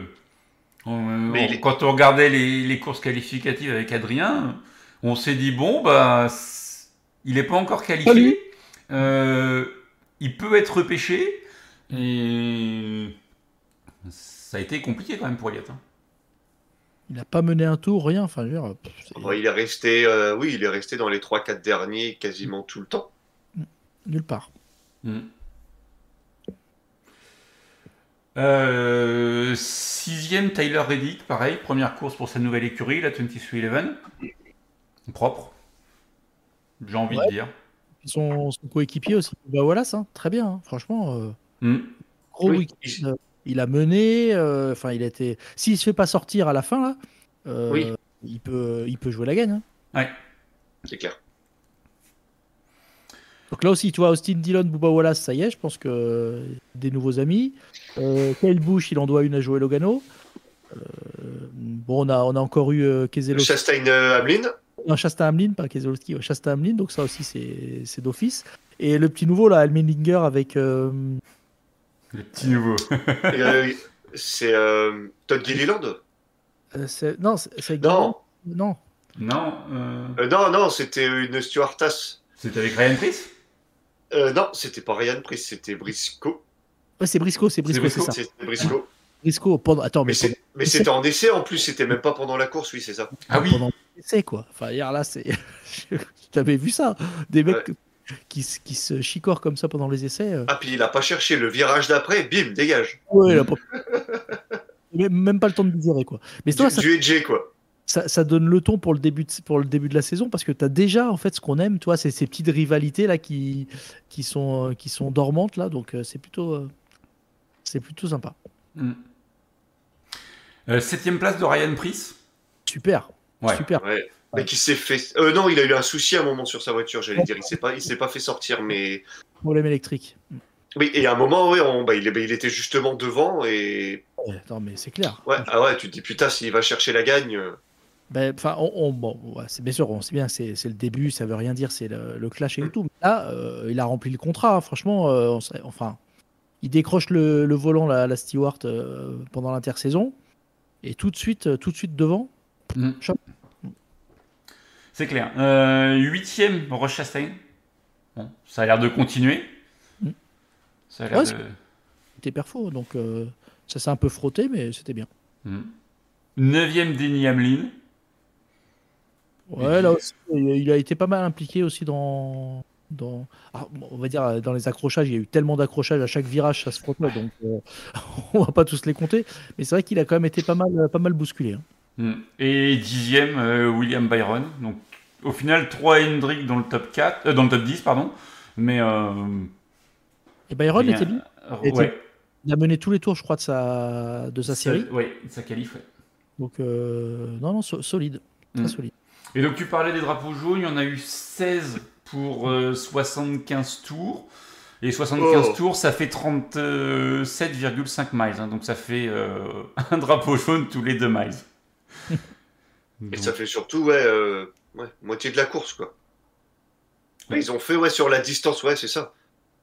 [SPEAKER 4] on-
[SPEAKER 7] Mais
[SPEAKER 4] on-
[SPEAKER 7] il est-
[SPEAKER 4] quand on regardait les, les courses qualificatives avec Adrien, on s'est dit bon bah c'est- il n'est pas encore
[SPEAKER 6] Salut.
[SPEAKER 4] qualifié, Euh, il peut être repêché et ça a été compliqué quand même pour Elliott. hein.
[SPEAKER 5] il n'a pas mené un tour, rien, enfin, je veux dire, pff, c'est
[SPEAKER 7] Bon, il est resté, euh, oui, il est resté dans les 3-4 derniers quasiment tout le temps.
[SPEAKER 5] nulle part.
[SPEAKER 4] Mm. Euh, sixième Tyler Reddick, pareil, première course pour sa nouvelle écurie, la 2311. Propre, j'ai envie
[SPEAKER 5] Ouais.
[SPEAKER 4] de dire.
[SPEAKER 5] Puis Son, son coéquipier aussi, bah voilà, ça, très bien, hein, franchement. euh,
[SPEAKER 4] Mm.
[SPEAKER 5] gros
[SPEAKER 7] Oui,
[SPEAKER 5] week-end, euh, Il a mené, euh, enfin, il a été. S'il se fait pas sortir à la fin, là, euh,
[SPEAKER 7] Oui.
[SPEAKER 5] il, peut, il peut jouer la gagne. hein.
[SPEAKER 7] C'est clair.
[SPEAKER 5] Donc là aussi, tu vois, Austin Dillon, Bubba Wallace, ça y est, je pense que euh, des nouveaux amis. Euh, Kyle Bush, il en doit une à Joey Logano. Euh, bon, on a, on a encore eu euh, Keselowski.
[SPEAKER 7] Chastain euh, Hamlin,
[SPEAKER 5] Non, Shasta Hamlin, pas Keselowski, ouais, Shasta Hamlin, donc ça aussi, c'est c'est d'office. Et le petit nouveau, là, Almendinger avec. euh,
[SPEAKER 4] Le petit nouveau.
[SPEAKER 7] euh, c'est euh, Todd Gilliland
[SPEAKER 5] euh, c'est- non, c'est. c'est-
[SPEAKER 7] Non,
[SPEAKER 5] Non,
[SPEAKER 4] Non, euh,
[SPEAKER 7] Euh, non, non, c'était une Stuartas.
[SPEAKER 4] c'est avec Ryan Price
[SPEAKER 7] Euh, non, c'était pas Ryan Price, c'était Briscoe.
[SPEAKER 5] Ouais, c'est Briscoe, c'est Briscoe, c'est
[SPEAKER 4] Briscoe,
[SPEAKER 5] ça.
[SPEAKER 7] C'était Briscoe.
[SPEAKER 5] Briscoe, pendant... attends,
[SPEAKER 7] Mais
[SPEAKER 5] mais
[SPEAKER 7] c'est- mais c'était en essai en plus, c'était même pas pendant la course, oui, c'est ça.
[SPEAKER 4] Ah oui,
[SPEAKER 5] pendant l'essai, quoi. Enfin, hier, là, c'est. T'avais vu ça Des mecs qui, se- qui se chicorent comme ça pendant les essais. euh.
[SPEAKER 7] Ah, puis il a pas cherché le virage d'après, bim, dégage.
[SPEAKER 5] Ouais, la propre- Mais Même pas le temps de digérer, quoi. Mais
[SPEAKER 7] Du,
[SPEAKER 5] toi, ça,
[SPEAKER 7] du edgé, quoi.
[SPEAKER 5] ça- ça donne le ton pour le début de, pour le début de la saison parce que t'as déjà, en fait, ce qu'on aime, toi, c'est ces petites rivalités, là, qui, qui, sont, euh, qui sont dormantes, là. Donc, euh, c'est plutôt. euh, C'est plutôt sympa.
[SPEAKER 4] Mm. Euh, Septième place de Ryan Price.
[SPEAKER 5] Super.
[SPEAKER 4] Ouais.
[SPEAKER 5] Super.
[SPEAKER 7] Ouais. Mais qui s'est fait. Euh, non, il a eu un souci à un moment sur sa voiture, j'allais dire. Il s'est pas, il s'est pas fait sortir, mais.
[SPEAKER 5] Problème électrique.
[SPEAKER 7] Oui, et à un moment, ouais, on- bah, il, est- bah, il était justement devant et.
[SPEAKER 5] Ouais, Non, mais c'est clair.
[SPEAKER 7] Ouais, ah ouais, tu te dis putain, s'il va chercher la gagne. euh,
[SPEAKER 5] Ben, enfin, on, on- bon, ouais, c'est bien sûr, on sait bien que c'est c'est le début, ça veut rien dire, c'est le, le clash et tout. Mais là, euh, il a rempli le contrat, hein, franchement. euh, on serait- enfin, il décroche le, le volant, la, la Stewart, euh, pendant l'intersaison, et tout de suite, euh, tout de suite devant.
[SPEAKER 4] Mm.
[SPEAKER 5] Chop.
[SPEAKER 4] C'est clair. Euh, huitième, Roche Chastain. Bon, ça a l'air de continuer.
[SPEAKER 5] Mm.
[SPEAKER 4] Ça a l'air
[SPEAKER 5] Ouais,
[SPEAKER 4] de...
[SPEAKER 5] C'était perfo, donc euh, ça s'est un peu frotté, mais c'était bien.
[SPEAKER 4] Mm. Neuvième, Denny Hamlin.
[SPEAKER 5] Ouais, là aussi, il il a été pas mal impliqué aussi dans. dans ah, on va dire, euh, dans les accrochages, il y a eu tellement d'accrochages à chaque virage, ça se frottait, donc euh, on va pas tous les compter. Mais c'est vrai qu'il a quand même été pas mal, pas mal bousculé. hein.
[SPEAKER 7] Hmm.
[SPEAKER 4] Mm. Et dixième, euh, William Byron. Donc, au final, trois Hendrick dans le top 4, euh, dans le top 10, pardon. Mais... Euh,
[SPEAKER 5] Et Byron
[SPEAKER 4] rien-
[SPEAKER 5] était bien.
[SPEAKER 4] Ouais,
[SPEAKER 5] était- Il a mené tous les tours, je crois, de sa, de sa série.
[SPEAKER 4] Ouais, sa qualif, ouais.
[SPEAKER 5] Donc, euh, non, non, so- solide. Très
[SPEAKER 4] Mm.
[SPEAKER 5] solide.
[SPEAKER 4] Et donc tu parlais des drapeaux jaunes, il y en a eu 16 pour euh, 75 tours. Et 75
[SPEAKER 7] Oh.
[SPEAKER 4] tours, ça fait 37,5 miles. hein. donc ça fait euh, un drapeau jaune tous les 2 miles.
[SPEAKER 7] Et
[SPEAKER 4] Donc,
[SPEAKER 7] ça fait surtout, ouais, euh, ouais, moitié de la course, quoi. Mais ils ont fait, ouais, sur la distance, ouais, c'est ça.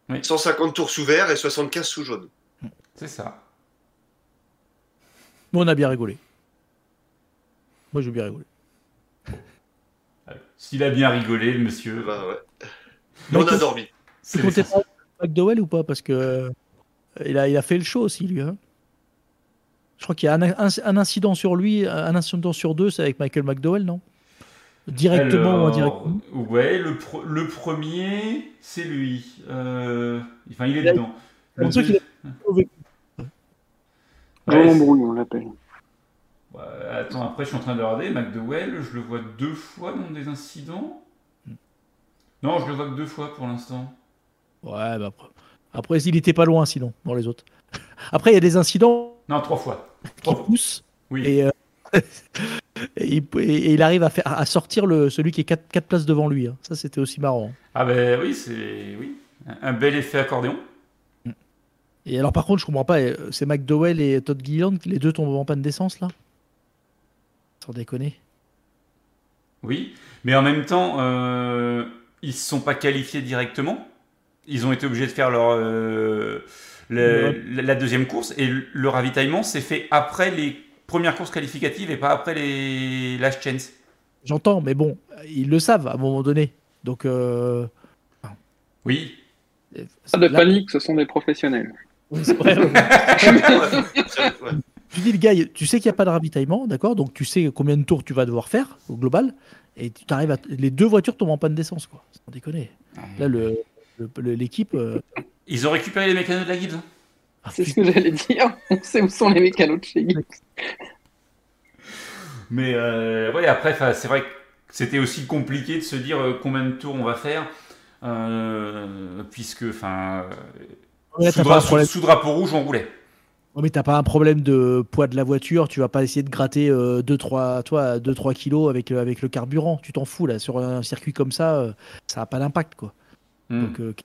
[SPEAKER 4] Oui.
[SPEAKER 7] 150 tours sous vert et 75 sous jaune.
[SPEAKER 4] C'est ça.
[SPEAKER 5] Mais on a bien rigolé. Moi, j'ai bien rigolé.
[SPEAKER 4] S'il a bien rigolé, le monsieur.
[SPEAKER 7] Bah, ouais.
[SPEAKER 5] Mais
[SPEAKER 7] on a
[SPEAKER 5] qu'est-ce-
[SPEAKER 7] dormi.
[SPEAKER 5] Tu
[SPEAKER 4] c'est
[SPEAKER 5] comptais
[SPEAKER 4] l'essentiel.
[SPEAKER 5] pas McDowell ou pas Parce que euh, il a, il a fait le show aussi, lui. hein. je crois qu'il y a un, un- un incident sur lui, un incident sur deux, c'est avec Michael McDowell, non Directement ou
[SPEAKER 4] Alors,
[SPEAKER 5] indirectement
[SPEAKER 4] Ouais, le, pr- le premier, c'est lui. Euh, Enfin, il est
[SPEAKER 5] Il a-
[SPEAKER 4] dedans.
[SPEAKER 5] Pour
[SPEAKER 4] Le
[SPEAKER 5] ceux qui
[SPEAKER 4] deux-
[SPEAKER 6] Jean
[SPEAKER 4] Ouais,
[SPEAKER 6] Lambrouille, on l'appelle.
[SPEAKER 4] c'est- ouais, attends, après, je suis en train de regarder. McDowell, je le vois deux fois dans des incidents. Non, je le vois que deux fois pour l'instant.
[SPEAKER 5] Ouais, bah après. Après, il était pas loin sinon, dans les autres. Après, il y a des incidents
[SPEAKER 4] Non, trois fois.
[SPEAKER 5] qui
[SPEAKER 4] Trois fois.
[SPEAKER 5] poussent
[SPEAKER 4] Oui.
[SPEAKER 5] et, euh, et il, et il arrive à, faire, à sortir le, celui qui est 4, places devant lui. hein. Ça, c'était aussi marrant.
[SPEAKER 4] Ah ben oui, c'est oui, un un bel effet accordéon.
[SPEAKER 5] Et alors, par contre, je comprends pas, euh, c'est McDowell et Todd Gilliland, les deux tombent en panne d'essence là Sans déconner.
[SPEAKER 4] Oui, mais en même temps, euh, ils se sont pas qualifiés directement. Ils ont été obligés de faire leur euh, le- la- la deuxième course et le- le ravitaillement s'est fait après les premières courses qualificatives et pas après les last chance.
[SPEAKER 5] J'entends, mais bon, ils le savent à un moment donné. Donc, euh,
[SPEAKER 4] Oui,
[SPEAKER 6] Pas de
[SPEAKER 5] là-
[SPEAKER 6] panique, ce sont des professionnels.
[SPEAKER 5] Ouais, ouais.
[SPEAKER 4] Ah,
[SPEAKER 7] Ouais, ça- ouais.
[SPEAKER 5] Tu dis, le gars, tu sais qu'il n'y a pas de ravitaillement, d'accord Donc tu sais combien de tours tu vas devoir faire au global, et tu arrives à. Les deux voitures tombent en panne d'essence, quoi. Sans déconner.
[SPEAKER 6] Ah,
[SPEAKER 5] Là, le- le- le- l'équipe. euh,
[SPEAKER 4] ils ont récupéré les mécanos de la Gibbs.
[SPEAKER 5] ah,
[SPEAKER 6] C'est ce
[SPEAKER 5] putain,
[SPEAKER 6] que j'allais dire. On sait où sont les mécanos de chez Guy.
[SPEAKER 4] Mais euh, ouais, après, 'fin, c'est vrai que c'était aussi compliqué de se dire euh, combien de tours on va faire, euh, puisque enfin
[SPEAKER 5] là,
[SPEAKER 4] sous,
[SPEAKER 5] t'as pas un
[SPEAKER 4] dra-
[SPEAKER 5] problème.
[SPEAKER 4] sous drapeau rouge on roulait.
[SPEAKER 5] Ouais, mais t'as pas un problème de poids de la voiture, tu vas pas essayer de gratter 2-3 toi, deux, trois kilos avec, le- avec le carburant, tu t'en fous là, sur un circuit comme ça, euh, ça n'a pas d'impact quoi.
[SPEAKER 4] Hmm.
[SPEAKER 5] Donc, euh,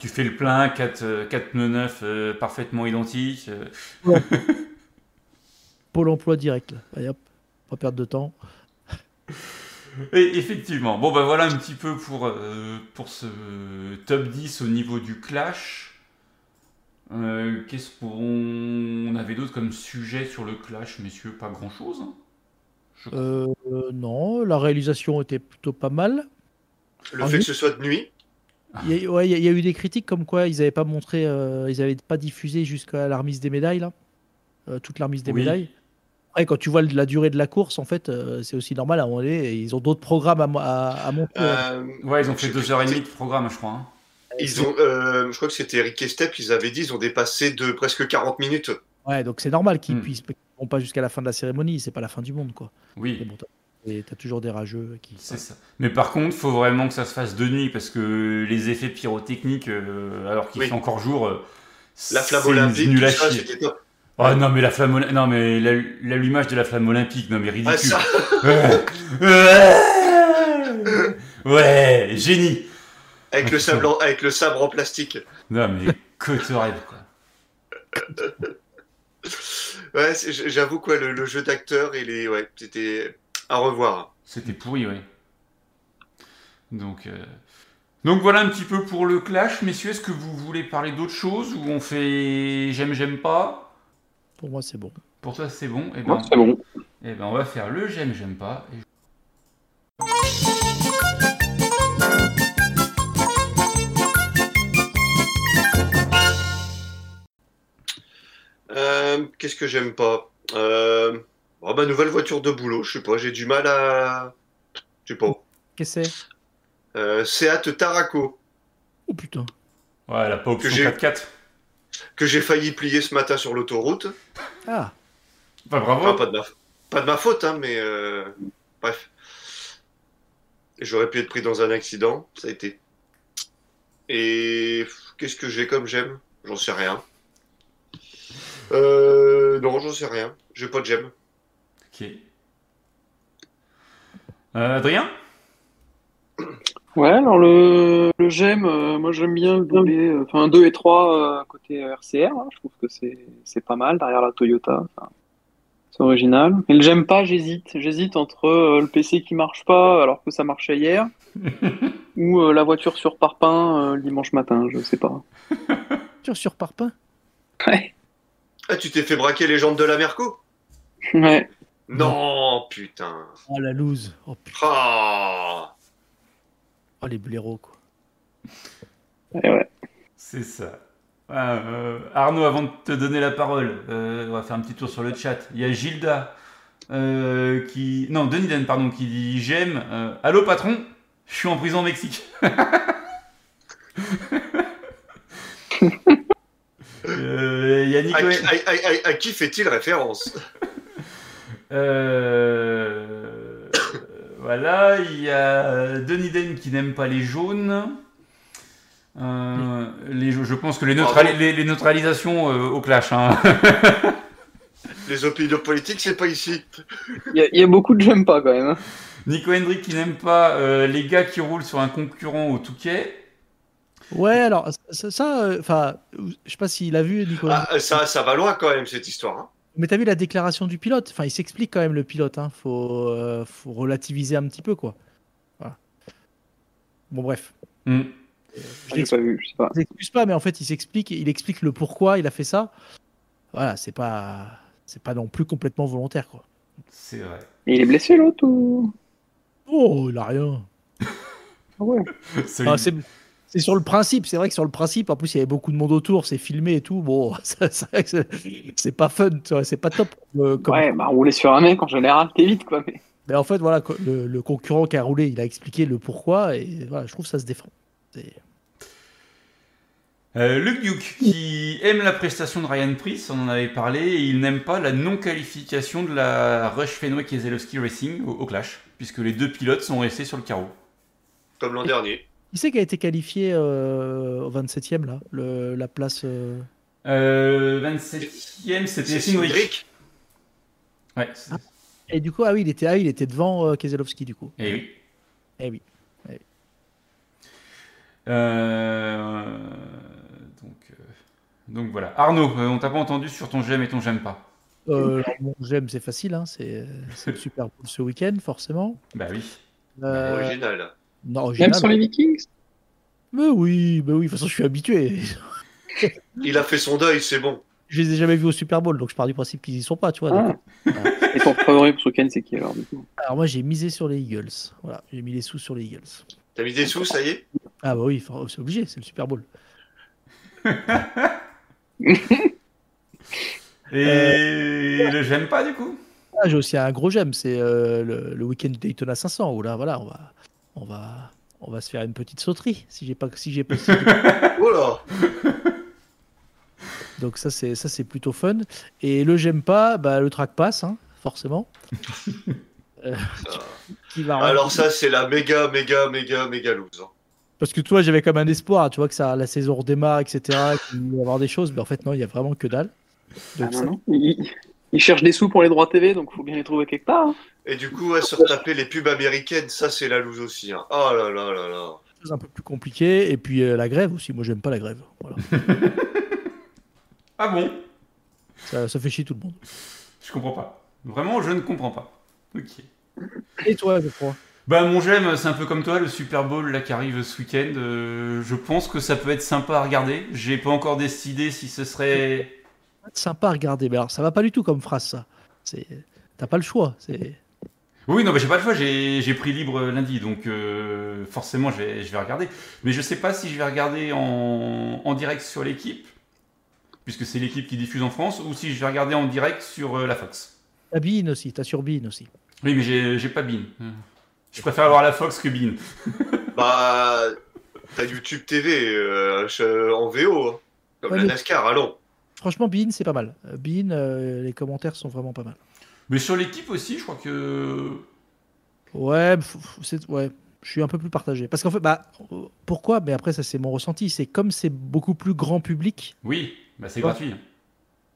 [SPEAKER 4] Tu fais le plein, 4, 4 nœuds neufs euh, parfaitement identiques. euh.
[SPEAKER 5] pôle emploi direct là. Allez, hop, pas perdre de temps.
[SPEAKER 4] Et effectivement, bon bah voilà un petit peu pour, euh, pour ce top 10 au niveau du clash. Euh, Qu'est-ce qu'on on avait d'autre comme sujet sur le clash, messieurs Pas grand-chose. hein.
[SPEAKER 5] Euh, euh, non, la réalisation était plutôt pas mal.
[SPEAKER 7] Le
[SPEAKER 5] Ah
[SPEAKER 7] fait
[SPEAKER 5] oui.
[SPEAKER 7] que ce soit de nuit,
[SPEAKER 4] Ah.
[SPEAKER 5] Il y, a, ouais, il y a- il y a eu des critiques comme quoi ils n'avaient pas montré, euh, ils n'avaient pas diffusé jusqu'à la remise des médailles, là. Euh, toute la remise des
[SPEAKER 4] Oui.
[SPEAKER 5] médailles. Après, quand tu vois la durée de la course, en fait, euh, c'est aussi normal à un moment donné, Ils ont d'autres programmes à, mo- à- à monter. ouais.
[SPEAKER 7] euh,
[SPEAKER 4] Ouais, ils ont fait
[SPEAKER 7] Je-
[SPEAKER 4] 2h30 de programme, je crois. hein.
[SPEAKER 7] ils ont, euh, je crois que c'était Eric Estep, ils avaient dit, ils ont dépassé de presque 40 minutes.
[SPEAKER 5] Ouais, donc c'est normal qu'ils
[SPEAKER 4] Hmm.
[SPEAKER 5] puissent qu'ils vont pas jusqu'à la fin de la cérémonie. C'est pas la fin du monde, quoi. Mais
[SPEAKER 4] Oui,
[SPEAKER 5] bon, t'as- et t'as toujours des rageux qui.
[SPEAKER 4] c'est ça. Mais par contre, faut vraiment que ça se fasse de nuit parce que les effets pyrotechniques, euh, alors qu'il
[SPEAKER 7] Oui.
[SPEAKER 4] fait encore jour, euh,
[SPEAKER 7] La flamme
[SPEAKER 4] c'est
[SPEAKER 7] olympique,
[SPEAKER 4] nul
[SPEAKER 7] tout
[SPEAKER 4] à
[SPEAKER 7] ça,
[SPEAKER 4] chier.
[SPEAKER 7] c'était top.
[SPEAKER 4] Oh non mais la flamme oly- non mais la- l'allumage de la flamme olympique non mais
[SPEAKER 7] Ah,
[SPEAKER 4] ridicule.
[SPEAKER 7] ça,
[SPEAKER 4] ouais, Ouais, génie.
[SPEAKER 7] avec le sabre, en- avec le sabre en plastique.
[SPEAKER 4] Non mais que rêve quoi.
[SPEAKER 7] Ouais, c'est- j- j'avoue quoi, le, le jeu d'acteur, il est, ouais, c'était à revoir.
[SPEAKER 4] C'était pourri ouais. Donc euh, donc voilà un petit peu pour le clash messieurs est-ce que vous voulez parler d'autre chose ou on fait j'aime j'aime pas
[SPEAKER 5] Pour moi, c'est bon.
[SPEAKER 4] pour toi c'est bon et ben
[SPEAKER 6] Moi,
[SPEAKER 7] Ah,
[SPEAKER 6] c'est bon.
[SPEAKER 4] eh ben on va faire le j'aime j'aime pas et
[SPEAKER 7] Euh, Qu'est-ce que j'aime pas euh, oh, Ma nouvelle voiture de boulot, je sais pas, j'ai du mal à. Je sais pas.
[SPEAKER 5] Qu'est-ce que c'est
[SPEAKER 7] Euh, Seat Taraco,
[SPEAKER 5] Oh putain.
[SPEAKER 4] ouais la pas option
[SPEAKER 7] j'ai-
[SPEAKER 4] 4x4.
[SPEAKER 7] que j'ai failli plier ce matin sur l'autoroute.
[SPEAKER 5] Ah,
[SPEAKER 4] Bah
[SPEAKER 7] Enfin,
[SPEAKER 4] bravo.
[SPEAKER 7] pas, de ma... pas de ma faute, hein, mais euh, bref. J'aurais pu être pris dans un accident, ça a été. Et qu'est-ce que j'ai comme j'aime J'en sais rien. Euh, non, j'en sais rien. J'ai pas de j'aime.
[SPEAKER 4] OK. Euh, Adrien
[SPEAKER 6] Ouais, alors le, le j'aime, euh, moi j'aime bien le doublé, euh, enfin 2 et 3 euh, côté euh, RCR, hein, je trouve que c'est c'est pas mal derrière la Toyota, enfin, c'est original. Et le j'aime pas, j'hésite, j'hésite entre euh, le PC qui marche pas alors que ça marchait hier, ou euh, la voiture sur parpaing euh, le dimanche matin, je sais pas.
[SPEAKER 5] sur sur parpaing.
[SPEAKER 6] Ouais,
[SPEAKER 7] Ah, tu t'es fait braquer les jambes de la Merco
[SPEAKER 6] ouais.
[SPEAKER 7] Non, putain.
[SPEAKER 5] Oh la loose. Oh putain.
[SPEAKER 7] Ah
[SPEAKER 5] Oh les blaireaux, quoi.
[SPEAKER 4] C'est ça. Ah, euh, Arnaud, avant de te donner la parole, euh, on va faire un petit tour sur le chat. Il y a Gilda euh, qui. Non, Denis Den, pardon, qui dit J'aime. euh, Allô, patron, je suis en prison au Mexique. Euh, Il y a
[SPEAKER 7] À,
[SPEAKER 4] Nicolas.
[SPEAKER 7] qui- à- à- à- à qui fait-il référence
[SPEAKER 4] Euh, voilà, il y a Denis Den qui n'aime pas les jaunes. Euh, les, ja- je pense que les, neutrali-
[SPEAKER 7] Bravo.
[SPEAKER 4] les- les neutralisations euh, au clash. hein.
[SPEAKER 7] Les opinions politiques, c'est pas ici.
[SPEAKER 6] Il y, a- il y a beaucoup de j'aime pas quand même. hein.
[SPEAKER 4] Nico Hendry qui n'aime pas euh, les gars qui roulent sur un concurrent au Touquet.
[SPEAKER 5] Ouais, alors ça, ça, euh, enfin, je sais pas s'il a vu Nicolas.
[SPEAKER 7] Ah, ça, ça va loin quand même, cette histoire. hein.
[SPEAKER 5] Mais t'as vu la déclaration du pilote Enfin, il s'explique quand même le pilote. Hein. Faut, euh, faut relativiser un petit peu, quoi. Voilà. Bon, bref.
[SPEAKER 4] Hmm.
[SPEAKER 5] Je
[SPEAKER 6] Ah, J'ai
[SPEAKER 5] l'explique-
[SPEAKER 6] pas vu, je sais pas.
[SPEAKER 5] je l'excuse pas, mais en fait, il s'explique. Il explique le pourquoi il a fait ça. Voilà, c'est pas, c'est pas non plus complètement volontaire, quoi.
[SPEAKER 4] C'est vrai.
[SPEAKER 6] Et il est blessé l'autre ou
[SPEAKER 5] Oh, il a rien.
[SPEAKER 6] Ah ouais.
[SPEAKER 4] Celui-
[SPEAKER 5] Ah, c'est c'est sur le principe, c'est vrai que sur le principe, en plus il y avait beaucoup de monde autour, c'est filmé et tout. Bon, ça, c'est vrai que c'est- c'est pas fun, tu vois, c'est pas top. euh, comme-
[SPEAKER 6] Ouais, bah rouler sur un mec en général, t'évites quoi. Mais...
[SPEAKER 5] Mais en fait, voilà, co- le, le concurrent qui a roulé, il a expliqué le pourquoi et voilà, je trouve que ça se défend. C'est-
[SPEAKER 4] Euh, Luc Duke qui aime la prestation de Ryan Price, on en avait parlé, et il n'aime pas la non-qualification de la Rush Fenway Keselowski Racing au, au clash, puisque les deux pilotes sont restés sur le carreau.
[SPEAKER 7] Comme l'an dernier.
[SPEAKER 5] Qui c'est qui a été qualifié euh, au 27e là, le, la place euh,
[SPEAKER 4] Euh, 27ème, c'était
[SPEAKER 7] C'est
[SPEAKER 4] Cindric.
[SPEAKER 7] Cindric.
[SPEAKER 4] Ouais, c'est-
[SPEAKER 5] Et du coup, ah oui, il était, ah, il était devant euh, Keselowski du coup.
[SPEAKER 4] eh oui.
[SPEAKER 5] Eh oui.
[SPEAKER 4] Euh, donc, euh, donc voilà. Arnaud, euh, on t'a pas entendu sur ton j'aime et ton j'aime pas.
[SPEAKER 5] Euh, alors, bon, j'aime, c'est facile, hein, c'est c'est le Super Bowl ce week-end forcément.
[SPEAKER 4] Bah oui.
[SPEAKER 5] Euh,
[SPEAKER 7] Original.
[SPEAKER 5] non,
[SPEAKER 6] Même
[SPEAKER 5] original,
[SPEAKER 6] sur les Vikings
[SPEAKER 5] Mais oui, mais oui, de toute façon, je suis habitué.
[SPEAKER 7] Il a fait son deuil, c'est bon.
[SPEAKER 5] Je les ai jamais vus au Super Bowl, donc je pars du principe qu'ils y sont pas, tu vois.
[SPEAKER 6] Ah.
[SPEAKER 5] donc.
[SPEAKER 6] Et ton favori pour ce week-end, c'est qui alors du coup
[SPEAKER 5] Alors moi, j'ai misé sur les Eagles. Voilà, j'ai mis les sous sur les Eagles.
[SPEAKER 7] T'as mis des sous, ça y est
[SPEAKER 5] Ah bah oui, enfin, c'est obligé, c'est le Super Bowl.
[SPEAKER 4] Et
[SPEAKER 5] Euh,
[SPEAKER 4] le j'aime pas du coup
[SPEAKER 5] Ah, j'ai aussi un gros j'aime, c'est euh, le, le week-end de Daytona 500 où là, voilà, on va, on va, on va se faire une petite sauterie si j'ai pas, si j'ai pas.
[SPEAKER 7] Oh là
[SPEAKER 5] donc ça, c'est ça, c'est plutôt fun. Et le j'aime pas, bah le track pass, hein, forcément. Euh, qui va
[SPEAKER 7] Alors ça, c'est la méga, méga, méga, méga lose. hein.
[SPEAKER 5] Parce que toi, j'avais comme un espoir, tu vois, que ça, la saison redémarre, etc., qu'il va y avoir des choses, mais en fait, non, il y a vraiment que dalle.
[SPEAKER 6] Ah
[SPEAKER 5] Donc,
[SPEAKER 6] non,
[SPEAKER 5] ça-
[SPEAKER 6] non. Il, il cherche des sous pour les droits TV, donc faut bien les trouver quelque part. hein.
[SPEAKER 7] Et du coup, à se retaper les pubs américaines, ça, c'est la lose aussi. hein. Oh là là là là.
[SPEAKER 5] chose un peu plus compliqué Et puis euh, la grève aussi. Moi, j'aime pas la grève. Voilà.
[SPEAKER 4] Ah bon
[SPEAKER 5] ça, ça fait chier tout le monde.
[SPEAKER 4] Je comprends pas. Vraiment, je ne comprends pas. Ok.
[SPEAKER 5] Et toi, je crois.
[SPEAKER 4] Bah mon j'aime, c'est un peu comme toi, le Super Bowl là qui arrive ce week-end. euh, je pense que ça peut être sympa à regarder. J'ai pas encore décidé si ce serait.
[SPEAKER 5] Sympa à regarder. Mais alors, ça va pas du tout comme phrase, ça. C'est... T'as pas le choix. C'est...
[SPEAKER 4] Oui, non, mais j'ai pas le choix. J'ai j'ai pris libre euh, lundi, donc euh, forcément je vais, je vais regarder. Mais je sais pas si je vais regarder en, en direct sur l'équipe, puisque c'est l'équipe qui diffuse en France, ou si je vais regarder en direct sur euh, la Fox.
[SPEAKER 5] T'as Bean aussi. T'as sur Bean aussi.
[SPEAKER 4] Oui, mais j'ai j'ai pas Bean. Je préfère avoir la Fox que Bean.
[SPEAKER 7] Bah, t'as YouTube TV euh, je- en VO, hein. comme
[SPEAKER 5] Ouais,
[SPEAKER 7] la
[SPEAKER 5] mais-
[SPEAKER 7] NASCAR, allons.
[SPEAKER 5] Franchement, Bean, c'est pas mal. Euh, Bean, euh, les commentaires sont vraiment pas mal.
[SPEAKER 4] Mais sur l'équipe aussi, je crois que
[SPEAKER 5] Ouais, pff, pff, c'est... ouais. Je suis un peu plus partagé. Parce qu'en fait, bah, euh, pourquoi Mais après, ça, c'est mon ressenti. C'est comme c'est beaucoup plus grand public,
[SPEAKER 4] oui, bah c'est
[SPEAKER 5] Ouais.
[SPEAKER 4] gratuit.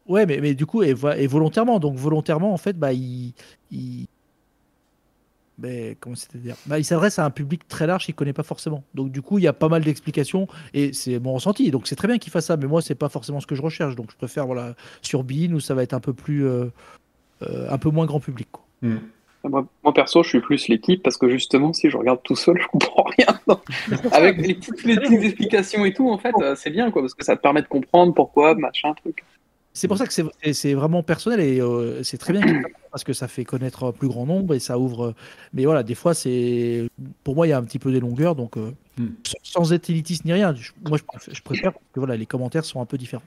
[SPEAKER 5] Ouais, mais, mais du coup, et, vo- et volontairement. Donc, volontairement, en fait, bah, il. il- Mais comment c'était dire bah, Il s'adresse à un public très large qu'il connaît pas forcément. Donc, du coup, il y a pas mal d'explications et c'est mon ressenti. Donc, c'est très bien qu'il fasse ça, mais moi, c'est pas forcément ce que je recherche. Donc, je préfère voilà, sur Bean où ça va être un peu plus. euh, euh, un peu moins grand public. quoi.
[SPEAKER 6] Moi, moi, perso, je suis plus l'équipe parce que justement, si je regarde tout seul, je comprends rien. non. Avec les petites, les petites explications et tout, en fait, euh, c'est bien quoi, parce que ça te permet de comprendre pourquoi, machin, truc.
[SPEAKER 5] C'est pour ça que c'est- c'est c'est vraiment personnel et euh, c'est très bien qu'il fasse ça, parce que ça fait connaître un plus grand nombre et ça ouvre. euh, Mais voilà, des fois, c'est pour moi, il y a un petit peu des longueurs, donc euh,
[SPEAKER 4] Hmm.
[SPEAKER 5] sans- sans être élitiste ni rien. je- moi, je préfère, je préfère parce que voilà, les commentaires sont un peu différents.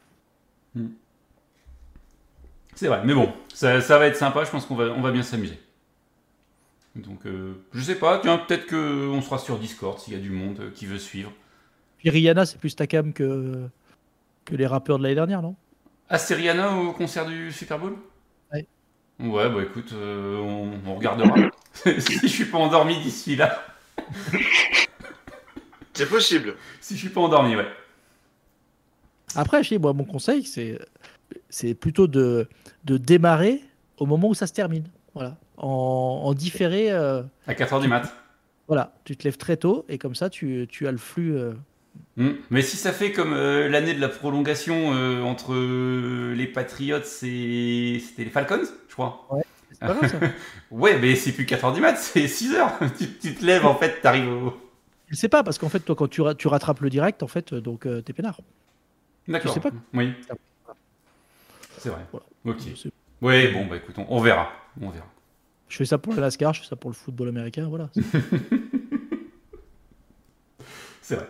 [SPEAKER 4] C'est vrai, mais bon, ça, ça va être sympa, je pense qu'on va, on va bien s'amuser. Donc, euh, je sais pas, tiens, peut-être qu'on sera sur Discord s'il y a du monde euh, qui veut suivre.
[SPEAKER 5] Puis Rihanna, c'est plus ta cam que, que les rappeurs de l'année dernière, non
[SPEAKER 4] Ah, c'est Rihanna au concert du Super Bowl
[SPEAKER 5] Ouais.
[SPEAKER 4] Ouais, bah écoute, euh, on, on regardera. si je suis pas endormi d'ici là.
[SPEAKER 7] C'est possible.
[SPEAKER 4] Si je suis pas endormi, ouais.
[SPEAKER 5] Après, je sais, moi, mon conseil, c'est c'est plutôt de, de démarrer au moment où ça se termine. Voilà. En, en différé, euh,
[SPEAKER 4] À 4h du mat.
[SPEAKER 5] voilà. Tu te lèves très tôt et comme ça, tu, tu as le flux. euh,
[SPEAKER 4] Hmm. Mais si ça fait comme euh, l'année de la prolongation euh, entre euh, les Patriots et. C'était les Falcons, je crois.
[SPEAKER 5] c'est pas mal, ça.
[SPEAKER 4] Ouais, mais c'est plus 4h du mat, c'est 6h. tu, tu te lèves en fait, t'arrives au.
[SPEAKER 5] Je sais pas, parce qu'en fait, toi, quand tu, ra- tu rattrapes le direct, en fait, euh, donc euh, t'es peinard.
[SPEAKER 4] D'accord.
[SPEAKER 5] sais pas.
[SPEAKER 4] Oui. C'est vrai.
[SPEAKER 5] Voilà.
[SPEAKER 4] Ok.
[SPEAKER 5] C'est-
[SPEAKER 4] Ouais, bon, bah écoute, on, on verra. On verra.
[SPEAKER 5] Je fais ça pour le NASCAR, je fais ça pour le football américain, voilà.
[SPEAKER 4] C'est vrai.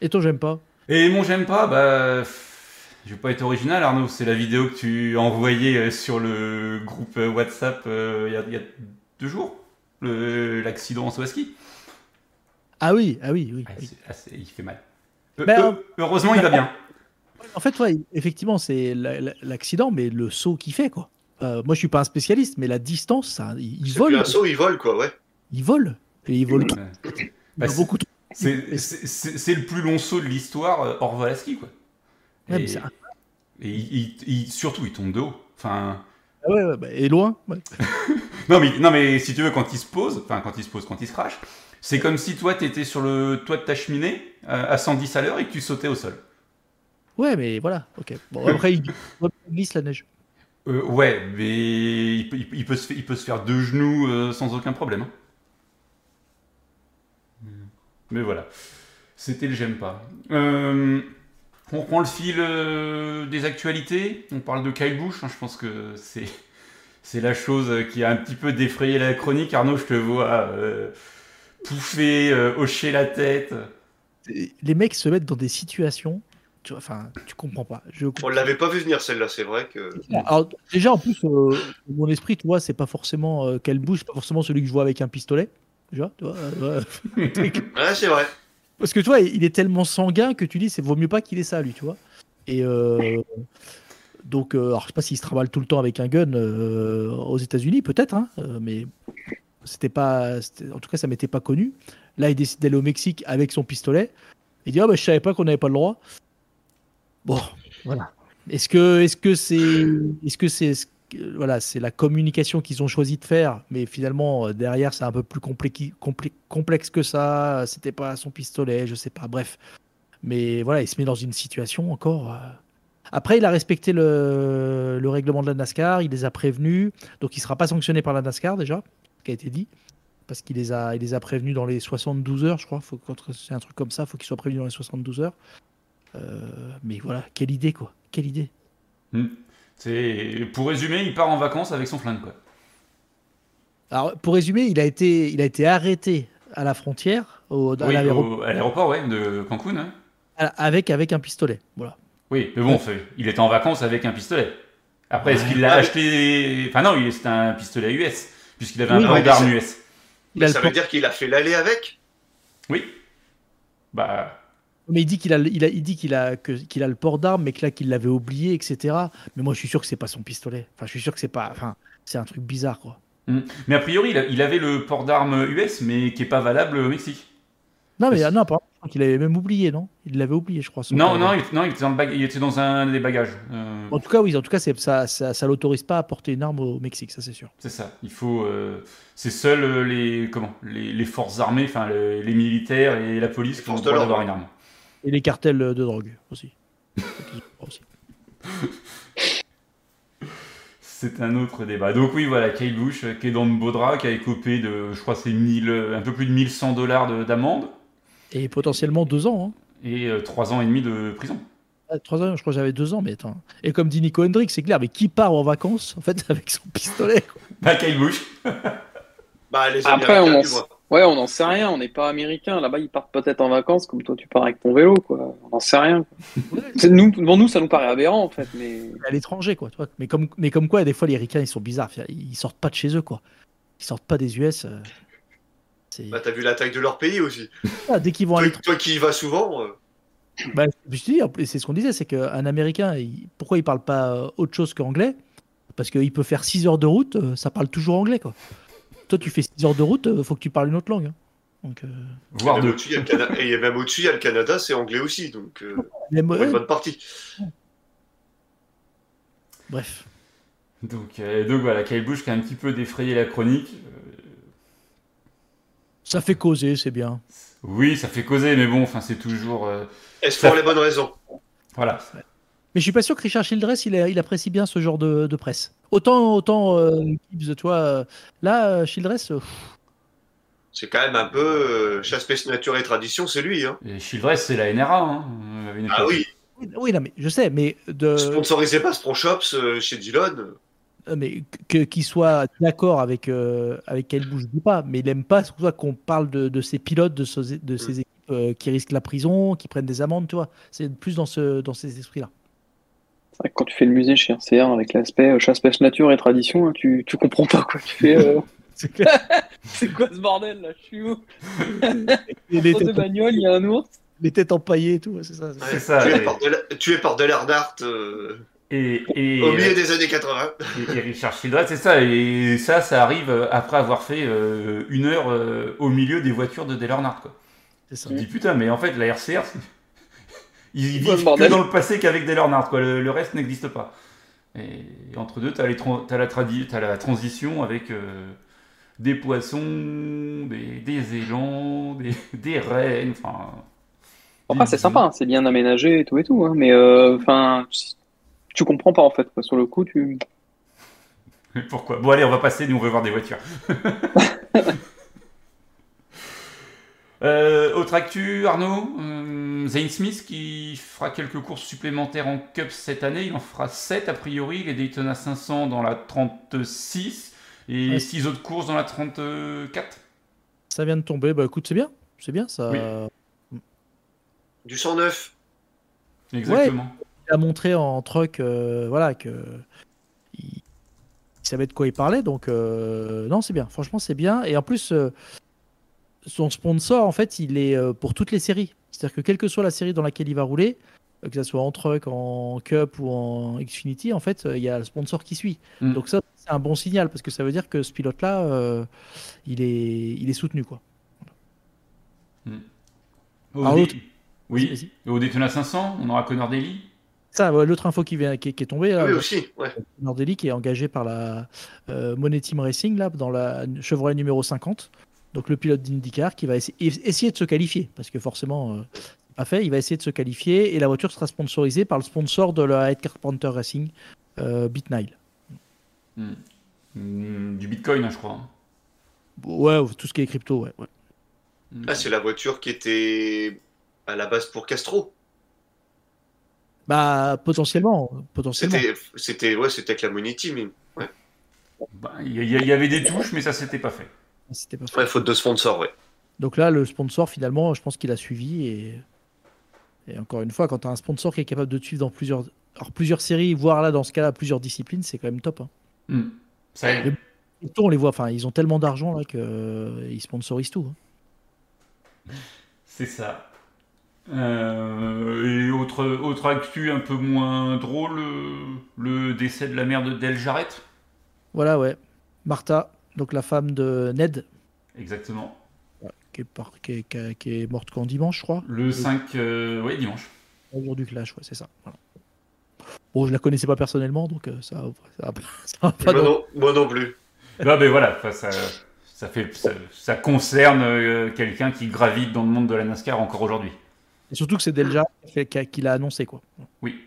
[SPEAKER 5] Et toi, j'aime pas.
[SPEAKER 4] Et mon j'aime pas, bah. pff, Je vais pas être original, Arnaud. C'est la vidéo que tu as envoyée euh, sur le groupe euh, WhatsApp euh, il y a- il y, a deux jours. Le- L'accident en saut à ski.
[SPEAKER 5] Ah oui, ah oui, oui.
[SPEAKER 4] Ah,
[SPEAKER 5] oui.
[SPEAKER 4] c'est- ah, c'est- il fait mal. Euh,
[SPEAKER 5] Ben,
[SPEAKER 4] euh, heureusement, il va bien.
[SPEAKER 5] En fait, ouais, effectivement, c'est la- la- l'accident, mais le saut qu'il fait, quoi. Euh, moi, je suis pas un spécialiste, mais la distance, ça, il, il
[SPEAKER 7] C'est
[SPEAKER 5] vole.
[SPEAKER 7] plus un saut, il vole, quoi, ouais.
[SPEAKER 5] Il vole. Et il vole trop.
[SPEAKER 4] Ouais.
[SPEAKER 5] Il
[SPEAKER 4] Bah,
[SPEAKER 5] vole
[SPEAKER 4] c'est-
[SPEAKER 5] beaucoup trop.
[SPEAKER 4] C'est c'est- c'est- c'est le plus long saut de l'histoire euh, hors vol à ski, quoi.
[SPEAKER 5] Ouais, mais
[SPEAKER 4] et
[SPEAKER 5] c'est-
[SPEAKER 4] et il- il- il- surtout, il tombe de haut. Enfin,
[SPEAKER 5] Ah ouais, ouais, bah, et loin. ouais.
[SPEAKER 4] non, mais, non, mais si tu veux, quand il se pose, enfin, quand il se pose, quand il se crache, c'est comme si toi, t'étais sur le toit de ta cheminée euh, à 110 à l'heure et que tu sautais au sol.
[SPEAKER 5] Ouais, mais voilà. Ok. Bon, après, il il glisse la neige.
[SPEAKER 4] Euh, ouais, mais il, peut- il peut- il peut se, fa- il peut se faire deux genoux euh, sans aucun problème. hein. Mais voilà. C'était le j'aime pas. Euh, on reprend le fil euh, des actualités. On parle de Kyle Busch. hein, je pense que c'est, c'est la chose qui a un petit peu défrayé la chronique. Arnaud, je te vois euh, pouffer, euh, hocher la tête.
[SPEAKER 5] Et Les mecs se mettent dans des situations. Tu vois, enfin, tu comprends pas. Je
[SPEAKER 7] On l'avait pas vu venir, celle-là, c'est vrai que.
[SPEAKER 5] Alors, déjà, en plus, euh, mon esprit, tu vois, c'est pas forcément euh, quelle bouche, c'est pas forcément celui que je vois avec un pistolet. Tu vois, tu vois, euh, ouais.
[SPEAKER 7] Ouais, c'est vrai.
[SPEAKER 5] Parce que tu vois, il est tellement sanguin que tu dis, c'est vaut mieux pas qu'il ait ça, lui, tu vois. Et euh, donc, euh, alors, je sais pas s'il se travaille tout le temps avec un gun euh, aux États-Unis, peut-être, hein, euh, mais c'était pas, c'était- en tout cas, ça m'était pas connu. Là, il décide d'aller au Mexique avec son pistolet. Il dit, ah bah, je savais pas qu'on n'avait pas le droit. Bon, voilà. Est-ce que, est-ce que c'est, est-ce que c'est, est-ce que- euh, voilà, c'est la communication qu'ils ont choisi de faire, mais finalement euh, derrière c'est un peu plus compli- compli- complexe que ça. euh, C'était pas son pistolet, je sais pas. Bref, mais voilà, il se met dans une situation encore. euh. Après, il a respecté le, le règlement de la NASCAR, il les a prévenus, donc il sera pas sanctionné par la NASCAR déjà, ce qui a été dit, parce qu'il les a, il les a prévenus dans les 72 heures, je crois. Faut quand c'est un truc comme ça, faut qu'il soit prévenu dans les 72 heures. Euh, mais voilà, quelle idée quoi, quelle idée.
[SPEAKER 4] Hmm. C'est, pour résumer, il part en vacances avec son flingue. Quoi.
[SPEAKER 5] Alors, pour résumer, il a été, il a été arrêté à la frontière, au, à
[SPEAKER 4] Oui,
[SPEAKER 5] l'aéro-
[SPEAKER 4] au- à l'aéroport ouais, de Cancun. hein.
[SPEAKER 5] à- avec, avec un pistolet. Voilà.
[SPEAKER 4] Oui, mais bon, fait, il était en vacances avec un pistolet. Après, est-ce qu'il l'a
[SPEAKER 7] Ah, mais-
[SPEAKER 4] acheté Enfin non, il- c'était un pistolet US, puisqu'il avait
[SPEAKER 5] Oui,
[SPEAKER 4] un plan
[SPEAKER 7] mais
[SPEAKER 4] d'armes
[SPEAKER 7] c'est-
[SPEAKER 4] US.
[SPEAKER 5] Il a le
[SPEAKER 7] ça veut
[SPEAKER 5] plan-
[SPEAKER 7] dire qu'il a fait l'aller avec
[SPEAKER 4] Oui. Bah,
[SPEAKER 5] Mais il dit qu'il a, le- il a- il dit qu'il a, que- qu'il a le port d'armes, mais que là qu'il l'avait oublié, etc. Mais moi, je suis sûr que c'est pas son pistolet. Enfin, je suis sûr que c'est pas. Enfin, c'est un truc bizarre, quoi.
[SPEAKER 4] mais a priori, il, a- il avait le port d'armes US, mais qui est pas valable au Mexique.
[SPEAKER 5] Non, mais
[SPEAKER 4] Parce-
[SPEAKER 5] ah, non, apparemment, je crois qu'il l'avait même oublié, non Il l'avait oublié, je crois. son
[SPEAKER 4] Non,
[SPEAKER 5] port
[SPEAKER 4] non,
[SPEAKER 5] d'armes.
[SPEAKER 4] il, non, il était dans, le bag- il était dans un des bagages. Euh,
[SPEAKER 5] En tout cas, oui. En tout cas, c'est- ça, ça, ça l'autorise pas à porter une arme au Mexique, ça c'est sûr.
[SPEAKER 4] C'est ça. Il faut. euh, c'est seuls euh, les comment les, les forces armées, enfin le- les militaires et la police
[SPEAKER 7] Les
[SPEAKER 4] qui ont le
[SPEAKER 7] forces
[SPEAKER 4] droit
[SPEAKER 7] de
[SPEAKER 4] d'avoir
[SPEAKER 7] l'ordre.
[SPEAKER 4] une arme.
[SPEAKER 5] Et les cartels de drogue aussi. aussi.
[SPEAKER 4] C'est un autre débat. Donc oui, voilà, Kyle Busch euh, qui est dans de beaux draps, qui a écopé de, je crois, c'est 1000, euh, un peu plus de 1100 dollars d'amende
[SPEAKER 5] Et potentiellement deux ans. Hein.
[SPEAKER 4] et 3 ans et demi de prison.
[SPEAKER 5] Ah, Trois ans, je crois que j'avais deux ans, mais attends. Et comme dit Nico Hendrick, c'est clair, mais qui part en vacances, en fait, avec son pistolet quoi.
[SPEAKER 4] Bah, Kyle Busch.
[SPEAKER 7] Bah, les
[SPEAKER 6] Après,
[SPEAKER 7] Américains,
[SPEAKER 6] on-
[SPEAKER 7] du moins.
[SPEAKER 6] Ouais, on n'en sait rien, on n'est pas américain. Là-bas, ils partent peut-être en vacances, comme toi, tu pars avec ton vélo, quoi. On n'en sait rien.
[SPEAKER 5] Ouais,
[SPEAKER 6] C'est- Nous, bon, nous, ça nous paraît aberrant en fait, mais
[SPEAKER 5] à l'étranger, quoi. tu vois. Mais comme, mais comme quoi, des fois, les ricains, ils sont bizarres. Ils sortent pas de chez eux, quoi. Ils sortent pas des US. euh, c'est-
[SPEAKER 7] Bah, t'as vu la taille de leur pays aussi.
[SPEAKER 5] Ah, dès qu'ils vont à
[SPEAKER 7] toi,
[SPEAKER 5] l'étranger.
[SPEAKER 7] toi qui y vas souvent, euh,
[SPEAKER 5] Bah, je te dis, en plus, c'est ce qu'on disait, c'est qu'un Américain, il- pourquoi il parle pas euh, autre chose qu'anglais Parce qu'il peut faire 6 heures de route, euh, ça parle toujours anglais, quoi. Toi, tu fais 6 heures de route, euh, faut que tu parles une autre langue. hein. Donc, euh,
[SPEAKER 4] Voire
[SPEAKER 7] même
[SPEAKER 4] deux.
[SPEAKER 7] au-dessus, il y a le Cana- et même au-dessus, il y a le Canada, c'est anglais aussi, donc euh,
[SPEAKER 5] même,
[SPEAKER 7] pour une
[SPEAKER 5] ouais,
[SPEAKER 7] bonne partie.
[SPEAKER 5] bref.
[SPEAKER 4] Donc, euh, donc voilà, Kyle Busch qui a un petit peu défrayé la chronique. Euh,
[SPEAKER 5] Ça fait causer, c'est bien.
[SPEAKER 4] oui, ça fait causer, mais bon, enfin, c'est toujours. euh,
[SPEAKER 7] Est-ce
[SPEAKER 4] Ça-
[SPEAKER 7] pour les bonnes raisons
[SPEAKER 4] voilà.
[SPEAKER 5] Mais je suis pas sûr que Richard Childress, il, a- il apprécie bien ce genre de, de presse. Autant, autant euh, Gibbs, toi, euh, là, euh, Childress, euh,
[SPEAKER 7] C'est quand même un peu euh, chasse pêche nature et tradition, c'est lui. Hein.
[SPEAKER 4] Et Childress, c'est la NRA. Hein, à une
[SPEAKER 7] Ah
[SPEAKER 4] époque.
[SPEAKER 7] oui,
[SPEAKER 5] Oui, Euh. non, mais je sais, mais de,
[SPEAKER 7] sponsorisé par Spron Shops euh, chez Dillon.
[SPEAKER 5] euh, mais que qu'il soit d'accord avec euh, avec quelle bouche je dis pas, mais il aime pas surtout ça, qu'on parle de, de ces pilotes, de, ces- de ces équipes euh, qui risquent la prison, qui prennent des amendes, tu vois. C'est plus dans ce dans ces esprits-là.
[SPEAKER 6] c'est vrai que quand tu fais le musée chez RCR avec l'aspect euh, chasse pêche nature et tradition, hein, tu, tu comprends pas quoi. Tu fais euh,
[SPEAKER 5] C'est clair.
[SPEAKER 6] c'est quoi ce bordel là Je suis où
[SPEAKER 5] les,
[SPEAKER 6] Entre deux
[SPEAKER 5] têtes,
[SPEAKER 6] bagnoles, il y a un ours.
[SPEAKER 5] les têtes empaillées et tout, c'est ça. c'est-
[SPEAKER 7] Ouais,
[SPEAKER 4] C'est ça,
[SPEAKER 7] tué,
[SPEAKER 4] et-
[SPEAKER 7] par Del- tué par Delard Dart euh,
[SPEAKER 4] Et, et,
[SPEAKER 7] au milieu des années 80.
[SPEAKER 4] et- et Richard Childress, c'est ça. Et ça, ça arrive euh, après avoir fait euh, une heure euh, au milieu des voitures de Dale Earnhardt, quoi.
[SPEAKER 5] c'est ça.
[SPEAKER 4] Tu te dis putain, mais en fait, la RCR, c'est- ils
[SPEAKER 6] quoi ce
[SPEAKER 4] vivent que
[SPEAKER 6] bordel
[SPEAKER 4] dans le passé qu'avec Dale Earnhardt, quoi. Le, le reste n'existe pas. Et entre deux, t'as, les tran- t'as, la, tradi- t'as la transition avec euh, des poissons, des, des élans, des, des rennes, enfin.
[SPEAKER 6] Enfin, c'est sympa, hein, c'est bien aménagé et tout et tout, hein, mais euh, enfin, si- tu comprends pas en fait. quoi. Sur le coup, tu
[SPEAKER 4] Mais Pourquoi Bon, allez, on va passer, nous on veut voir des voitures. Euh, autre actu, Arnaud, euh, Zane Smith qui fera quelques courses supplémentaires en Cup cette année. Il en fera 7 a priori, les Daytona 500 dans la 36 et
[SPEAKER 5] Ouais.
[SPEAKER 4] 6 autres courses dans la 34.
[SPEAKER 5] Ça vient de tomber. Bah écoute, c'est bien, c'est bien. Ça
[SPEAKER 4] Oui.
[SPEAKER 7] Du 109.
[SPEAKER 4] Exactement.
[SPEAKER 5] Il a montré en truck, euh, voilà, que il, il savait de quoi il parlait. Donc euh, non, c'est bien. Franchement, c'est bien. Et en plus, euh, son sponsor, en fait, il est euh, pour toutes les séries. C'est-à-dire que quelle que soit la série dans laquelle il va rouler, euh, que ça soit en truck, en cup ou en Xfinity, en fait, euh, il y a le sponsor qui suit.
[SPEAKER 4] Mm.
[SPEAKER 5] Donc ça, c'est un bon signal parce que ça veut dire que ce pilote-là, euh, il est, il est soutenu, quoi.
[SPEAKER 4] Au
[SPEAKER 5] Arnaud,
[SPEAKER 4] Day-
[SPEAKER 5] tu- Vas-y,
[SPEAKER 4] Oui.
[SPEAKER 5] vas-y.
[SPEAKER 4] Au Daytona 500, on aura Connor Daly.
[SPEAKER 5] Ça, ouais, l'autre info qui vient, qui, est- qui est tombée, là, euh,
[SPEAKER 7] oui, aussi. Ouais.
[SPEAKER 5] Nordelli qui est engagé par la euh, Monet Team Racing là, dans la Chevrolet numéro 50. Donc le pilote d'IndyCar qui va essa- e- essayer de se qualifier parce que forcément, euh, c'est pas fait, il va essayer de se qualifier et la voiture sera sponsorisée par le sponsor de la Head Carpenter Racing, euh, Bitnile.
[SPEAKER 4] Hmm, du Bitcoin, hein, je crois.
[SPEAKER 5] Ouais, tout ce qui est crypto, ouais. ouais.
[SPEAKER 4] Hmm.
[SPEAKER 7] Ah, c'est la voiture qui était à la base pour Castro.
[SPEAKER 5] Bah potentiellement, potentiellement.
[SPEAKER 7] C'était, c'était, ouais, c'était avec la Money Team.
[SPEAKER 4] Bah, Il y, a- il y avait des touches, mais ça s'était pas fait.
[SPEAKER 5] C'était pas fait.
[SPEAKER 7] Ouais, faute de sponsor, ouais.
[SPEAKER 5] Donc là, le sponsor finalement, je pense qu'il a suivi et et encore une fois, quand tu as un sponsor qui est capable de te suivre dans plusieurs, alors plusieurs séries, voire là dans ce cas-là plusieurs disciplines, c'est quand même top. hein.
[SPEAKER 4] Hmm. Ça aide.
[SPEAKER 5] Et tout, on les voit, enfin, ils ont tellement d'argent là que euh, ils sponsorisent tout. hein.
[SPEAKER 4] C'est ça. Euh, et autre, autre actu un peu moins drôle, euh, le décès de la mère de Del Jarrett.
[SPEAKER 5] Voilà, ouais. Martha, donc la femme de Ned,
[SPEAKER 4] Exactement.
[SPEAKER 5] qui est, par- qui est- qui est- qui est morte quand dimanche, je crois,
[SPEAKER 4] Le 5, euh, ouais, dimanche.
[SPEAKER 5] au jour du clash, ouais, c'est ça. voilà. Bon, je la connaissais pas personnellement, donc euh, ça, ça, va pas- ça va pas.
[SPEAKER 7] moi,
[SPEAKER 5] dans-
[SPEAKER 7] non, moi non plus.
[SPEAKER 4] Bah, mais voilà, enfin, ça, ça, fait, ça, ça concerne euh, quelqu'un qui gravite dans le monde de la NASCAR encore aujourd'hui.
[SPEAKER 5] Et surtout que c'est Delja qui fait- qui a- qui l'a annoncé, quoi.
[SPEAKER 4] Oui.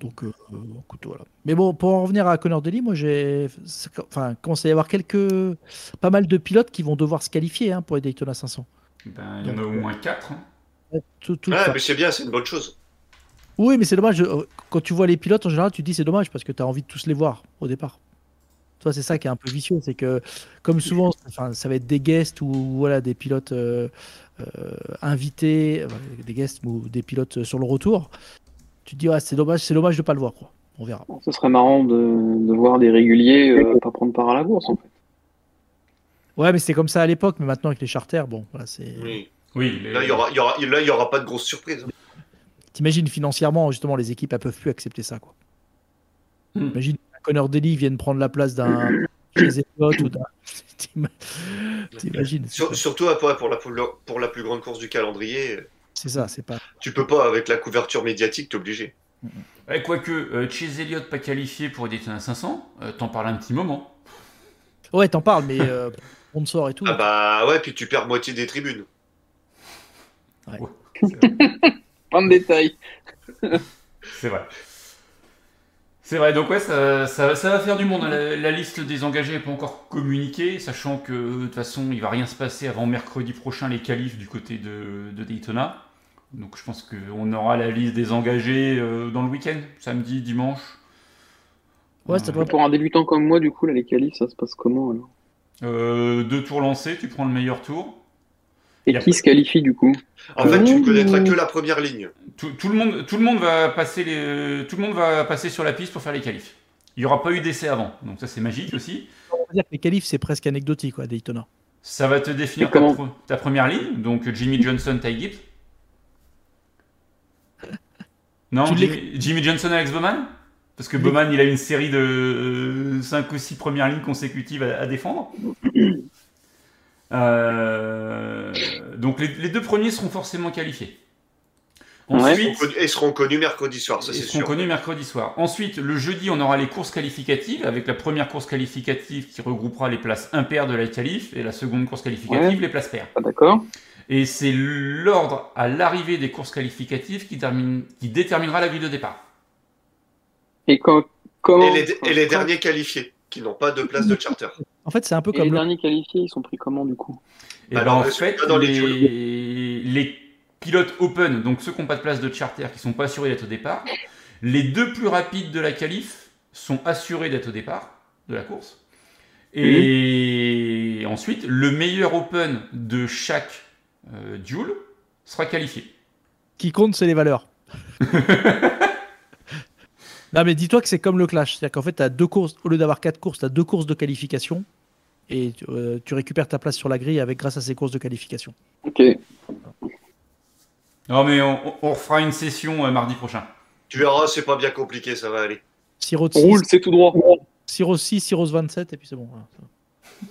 [SPEAKER 5] Donc, euh, euh, écoute, voilà. Mais bon, pour en revenir à Connor Daly, moi, j'ai. c'est- Enfin, commence à y avoir quelques. Pas mal de pilotes qui vont devoir se qualifier hein, pour les Daytona 500.
[SPEAKER 4] Ben, il y en a au moins 4.
[SPEAKER 5] Tout, tout,
[SPEAKER 7] Ah,
[SPEAKER 5] enfin,
[SPEAKER 7] mais c'est bien, c'est une bonne chose.
[SPEAKER 5] Oui, mais c'est dommage. euh, Quand tu vois les pilotes, en général, tu te dis c'est dommage parce que tu as envie de tous les voir au départ. Toi, c'est ça qui est un peu vicieux, c'est que comme souvent, enfin, ça va être des guests ou voilà des pilotes euh, euh, invités, enfin, des guests ou des pilotes euh, sur le retour. Tu te dis ah, c'est dommage, c'est dommage de pas le voir quoi. On verra.
[SPEAKER 6] Bon, ce serait marrant de, de voir des réguliers euh, pas prendre part à la course en fait.
[SPEAKER 5] Ouais, mais c'était comme ça à l'époque, mais maintenant avec les charters, bon, voilà, c'est.
[SPEAKER 7] Oui.
[SPEAKER 4] Oui, les-
[SPEAKER 7] Là, il y aura, il y aura- là, il y aura pas de grosse surprise. hein.
[SPEAKER 5] T'imagines financièrement, justement, les équipes elles peuvent plus accepter ça quoi.
[SPEAKER 4] Hmm.
[SPEAKER 5] Imagine qu'un Connor Daly viennent prendre la place d'un Chase Elliott ou d'un. T'im- T'imagines. c'est
[SPEAKER 7] Sur-
[SPEAKER 5] pas-
[SPEAKER 7] surtout après, pour la, pour la- pour la plus grande course du calendrier,
[SPEAKER 5] C'est ça, c'est pas.
[SPEAKER 7] tu peux pas, avec la couverture médiatique, t'es obligé.
[SPEAKER 4] Eh, Quoique, euh, Chase Elliott pas qualifié pour Daytona 500, euh, t'en parles un petit moment.
[SPEAKER 5] Ouais, t'en parles, mais euh, on sort et tout.
[SPEAKER 7] Ah bah ouais, puis tu perds moitié des tribunes.
[SPEAKER 6] Plein de détails.
[SPEAKER 4] C'est vrai. C'est vrai, donc ouais, ça, ça- ça va faire du monde. hein. La, la liste des engagés n'est pas encore communiquée, sachant que euh, de toute façon, il va rien se passer avant mercredi prochain les qualifs du côté de, de Daytona. Donc je pense qu'on aura la liste des engagés euh, dans le week-end, samedi, dimanche.
[SPEAKER 5] Ouais, ça doit
[SPEAKER 6] Pour un débutant comme moi, du coup, là, les qualifs, ça se passe comment alors
[SPEAKER 4] Euh, deux tours lancés, tu prends le meilleur tour.
[SPEAKER 6] Et
[SPEAKER 4] Yep.
[SPEAKER 6] qui se qualifie du coup
[SPEAKER 7] En fait, tu ne connaîtras que la première ligne.
[SPEAKER 4] Tout, tout le monde, tout le monde va passer les, tout le monde va passer sur la piste pour faire les qualifs. Il n'y aura pas eu d'essai avant, donc ça c'est magique aussi.
[SPEAKER 5] on va dire que les qualifs, c'est presque anecdotique, quoi, Daytona.
[SPEAKER 4] Ça va te définir
[SPEAKER 6] Et
[SPEAKER 4] ta,
[SPEAKER 6] comment-
[SPEAKER 4] pre- ta première ligne, donc Jimmy Johnson, Ty Gibbs. Non,
[SPEAKER 5] Tu
[SPEAKER 4] Jimmy, Jimmy Johnson, Alex Bowman Parce que Bowman, il a une série de 5 ou 6 premières lignes consécutives à, à défendre. Euh, donc les, les deux premiers seront forcément qualifiés.
[SPEAKER 6] Ouais.
[SPEAKER 7] Ils
[SPEAKER 4] Ensuite,
[SPEAKER 7] seront connus- Et seront connus mercredi soir, Ah, ça
[SPEAKER 4] ils
[SPEAKER 7] c'est
[SPEAKER 4] seront
[SPEAKER 7] sûr.
[SPEAKER 4] connus mercredi soir. Ensuite, le jeudi, on aura les courses qualificatives, avec la première course qualificative qui regroupera les places impaires de la qualif et la seconde course qualificative,
[SPEAKER 6] Ouais.
[SPEAKER 4] les places paires.
[SPEAKER 6] Pas Ah, d'accord
[SPEAKER 4] Et c'est l'ordre à l'arrivée des courses qualificatives qui, termine- qui déterminera la vie de départ.
[SPEAKER 6] Et quand, comment
[SPEAKER 7] Et les, et les
[SPEAKER 4] Oh,
[SPEAKER 6] quand-
[SPEAKER 7] derniers qualifiés, qui n'ont pas de place de charter.
[SPEAKER 5] En fait, c'est un peu
[SPEAKER 6] et les
[SPEAKER 5] comme le-
[SPEAKER 6] derniers qualifiés, ils sont pris comment du coup
[SPEAKER 4] Et
[SPEAKER 7] Bah,
[SPEAKER 4] ben,
[SPEAKER 7] dans
[SPEAKER 4] en
[SPEAKER 7] le-
[SPEAKER 4] fait,
[SPEAKER 7] dans les
[SPEAKER 4] les, les pilotes open, donc ceux qui n'ont pas de place de charter, qui sont pas assurés d'être au départ, les deux plus rapides de la qualif sont assurés d'être au départ de la course. Et
[SPEAKER 7] Mhm.
[SPEAKER 4] ensuite, le meilleur open de chaque euh, duel sera qualifié.
[SPEAKER 5] qui compte, c'est les valeurs. non, mais dis-toi que c'est comme le clash. C'est-à-dire qu'en fait, tu as deux courses, au lieu d'avoir quatre courses, tu as deux courses de qualification et euh, tu récupères ta place sur la grille avec grâce à ces courses de qualification.
[SPEAKER 6] Ok.
[SPEAKER 4] Non mais on, on- on refera une session euh, mardi prochain.
[SPEAKER 7] Tu verras, c'est pas bien compliqué, ça va aller.
[SPEAKER 5] Sirop
[SPEAKER 6] On
[SPEAKER 5] 6,
[SPEAKER 6] roule, c'est tout droit.
[SPEAKER 5] Sirop 6, Sirop 27, et puis c'est bon. hein.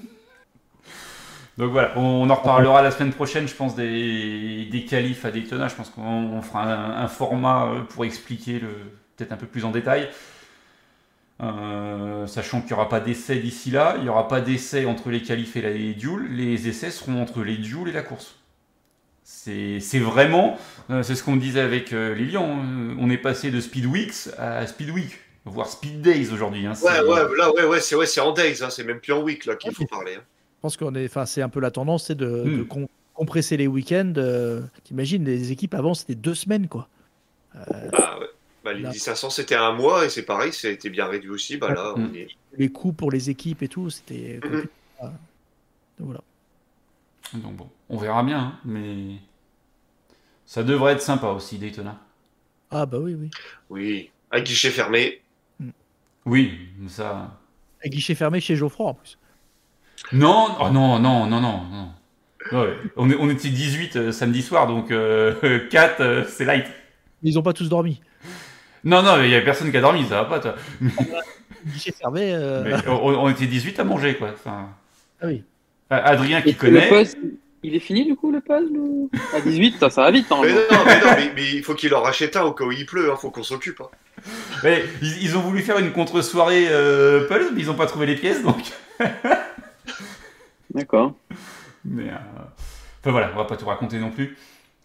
[SPEAKER 5] voilà.
[SPEAKER 4] Donc voilà, on, on en reparlera la semaine prochaine, je pense, des, des qualifs à Daytona. Je pense qu'on on fera un, un format euh, pour expliquer le peut-être un peu plus en détail. Euh, sachant qu'il n'y aura pas d'essai d'ici là, il n'y aura pas d'essai entre les qualifs et les duels, les essais seront entre les duels et la course. C'est c'est vraiment, euh, c'est ce qu'on disait avec euh, Lilian, euh, on est passé de Speed Weeks à Speed Week, voire Speed Days aujourd'hui. hein.
[SPEAKER 7] Ouais,
[SPEAKER 4] C'est-
[SPEAKER 7] ouais, là, ouais, ouais, c'est ouais, c'est en days, hein, c'est même plus en week là qu'il faut parler. hein.
[SPEAKER 5] Je pense qu'on est, enfin, c'est un peu la tendance, c'est de,
[SPEAKER 4] Hmm.
[SPEAKER 5] de com- compresser les week-ends. euh, T'imagines, les équipes avant, c'était deux semaines, quoi.
[SPEAKER 7] Bah, ouais. Bah, les
[SPEAKER 5] Là.
[SPEAKER 6] 10
[SPEAKER 7] 500 c'était un mois et c'est pareil, ça a été bien réduit aussi. Bah là,
[SPEAKER 4] Mm.
[SPEAKER 7] on est.
[SPEAKER 5] Les coûts pour les équipes et tout,
[SPEAKER 4] Hmm.
[SPEAKER 5] c'était.
[SPEAKER 7] Mhm.
[SPEAKER 5] compliqué. Ah. Donc Voilà.
[SPEAKER 4] Donc bon, on verra bien, hein, mais ça devrait être sympa aussi Daytona.
[SPEAKER 5] Ah, bah oui, oui.
[SPEAKER 7] Oui, à guichet fermé.
[SPEAKER 4] Oui, ça.
[SPEAKER 5] Et guichet fermé chez Geoffroy en plus.
[SPEAKER 4] Non, oh non, non, non, non, non. Ouais, on, est- on était 18 euh, samedi soir, donc 4, c'est light.
[SPEAKER 5] Mais ils n'ont pas tous dormi.
[SPEAKER 4] Non, non, mais il n'y a personne qui a dormi, ça va pas, toi.
[SPEAKER 5] Guichet fermé. euh,
[SPEAKER 4] Mais on, on était 18 à manger, quoi. Enfin,
[SPEAKER 5] Ah oui.
[SPEAKER 4] euh, Adrien
[SPEAKER 6] Et
[SPEAKER 4] qui
[SPEAKER 6] le
[SPEAKER 4] connaît.
[SPEAKER 6] puzzle, il est fini du coup le puzzle ou- À 18, ça, ça va vite. hein.
[SPEAKER 7] Mais non, mais non, mais, mais il faut qu'il en rachète un au cas où il pleut, hein, faut qu'on s'occupe. hein.
[SPEAKER 4] Ouais, ils, ils ont voulu faire une contre-soirée euh, Pulse, mais ils n'ont pas trouvé les pièces, donc.
[SPEAKER 6] D'accord.
[SPEAKER 4] Mais euh, enfin voilà, on va pas tout raconter non plus.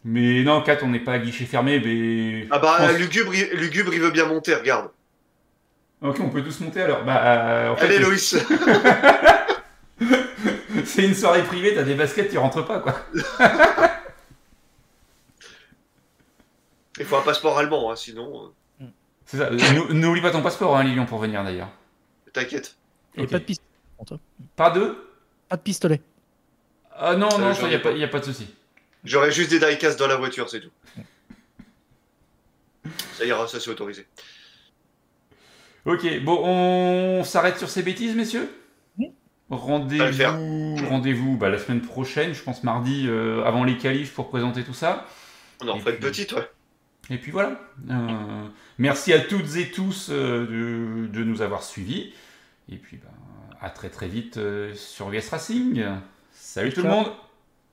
[SPEAKER 4] Mais non, 4, on n'est pas à guichet fermé, mais.
[SPEAKER 7] Ah bah,
[SPEAKER 4] Je pense-
[SPEAKER 7] Lugubre, il- Lugubre, il veut bien monter, regarde.
[SPEAKER 4] Ok, on peut tous monter alors. Bah, euh, en fait,
[SPEAKER 7] Allez,
[SPEAKER 4] c'est-
[SPEAKER 7] Loïs
[SPEAKER 4] c'est une soirée privée, t'as des baskets, tu rentres pas quoi.
[SPEAKER 7] Il faut un passeport allemand, hein, sinon,
[SPEAKER 4] Euh, C'est ça. euh, nou- N'oublie pas ton passeport, hein, Lilian, pour venir d'ailleurs.
[SPEAKER 7] euh, t'inquiète.
[SPEAKER 5] Et
[SPEAKER 4] Ok.
[SPEAKER 5] pas de pistolet.
[SPEAKER 4] Pas deux
[SPEAKER 5] Pas de pistolet.
[SPEAKER 4] Ah non,
[SPEAKER 7] Ça,
[SPEAKER 4] non, il
[SPEAKER 7] j'en ai
[SPEAKER 4] n'y a,
[SPEAKER 7] pas.
[SPEAKER 4] pas- y a pas de souci.
[SPEAKER 7] J'aurais juste des diecast dans la voiture, c'est tout. Ça ira, ça c'est autorisé.
[SPEAKER 4] Ok, bon, on s'arrête sur ces bêtises, messieurs
[SPEAKER 5] Oui.
[SPEAKER 7] Ça va le faire.
[SPEAKER 4] Rendez-vous rendez-vous, bah, la semaine prochaine, je pense mardi, euh, avant les qualifs pour présenter tout ça.
[SPEAKER 7] On en
[SPEAKER 4] Et
[SPEAKER 7] ferait une
[SPEAKER 4] puis-
[SPEAKER 7] petite, ouais.
[SPEAKER 4] Et puis voilà. Euh, merci à toutes et tous euh, de, de nous avoir suivis. Et puis bah, à très très vite euh, sur VS Racing. Salut tout le
[SPEAKER 5] Ciao.
[SPEAKER 4] monde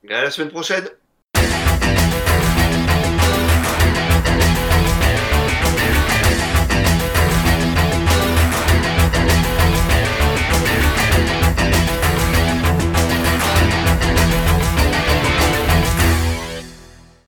[SPEAKER 7] Et à la semaine prochaine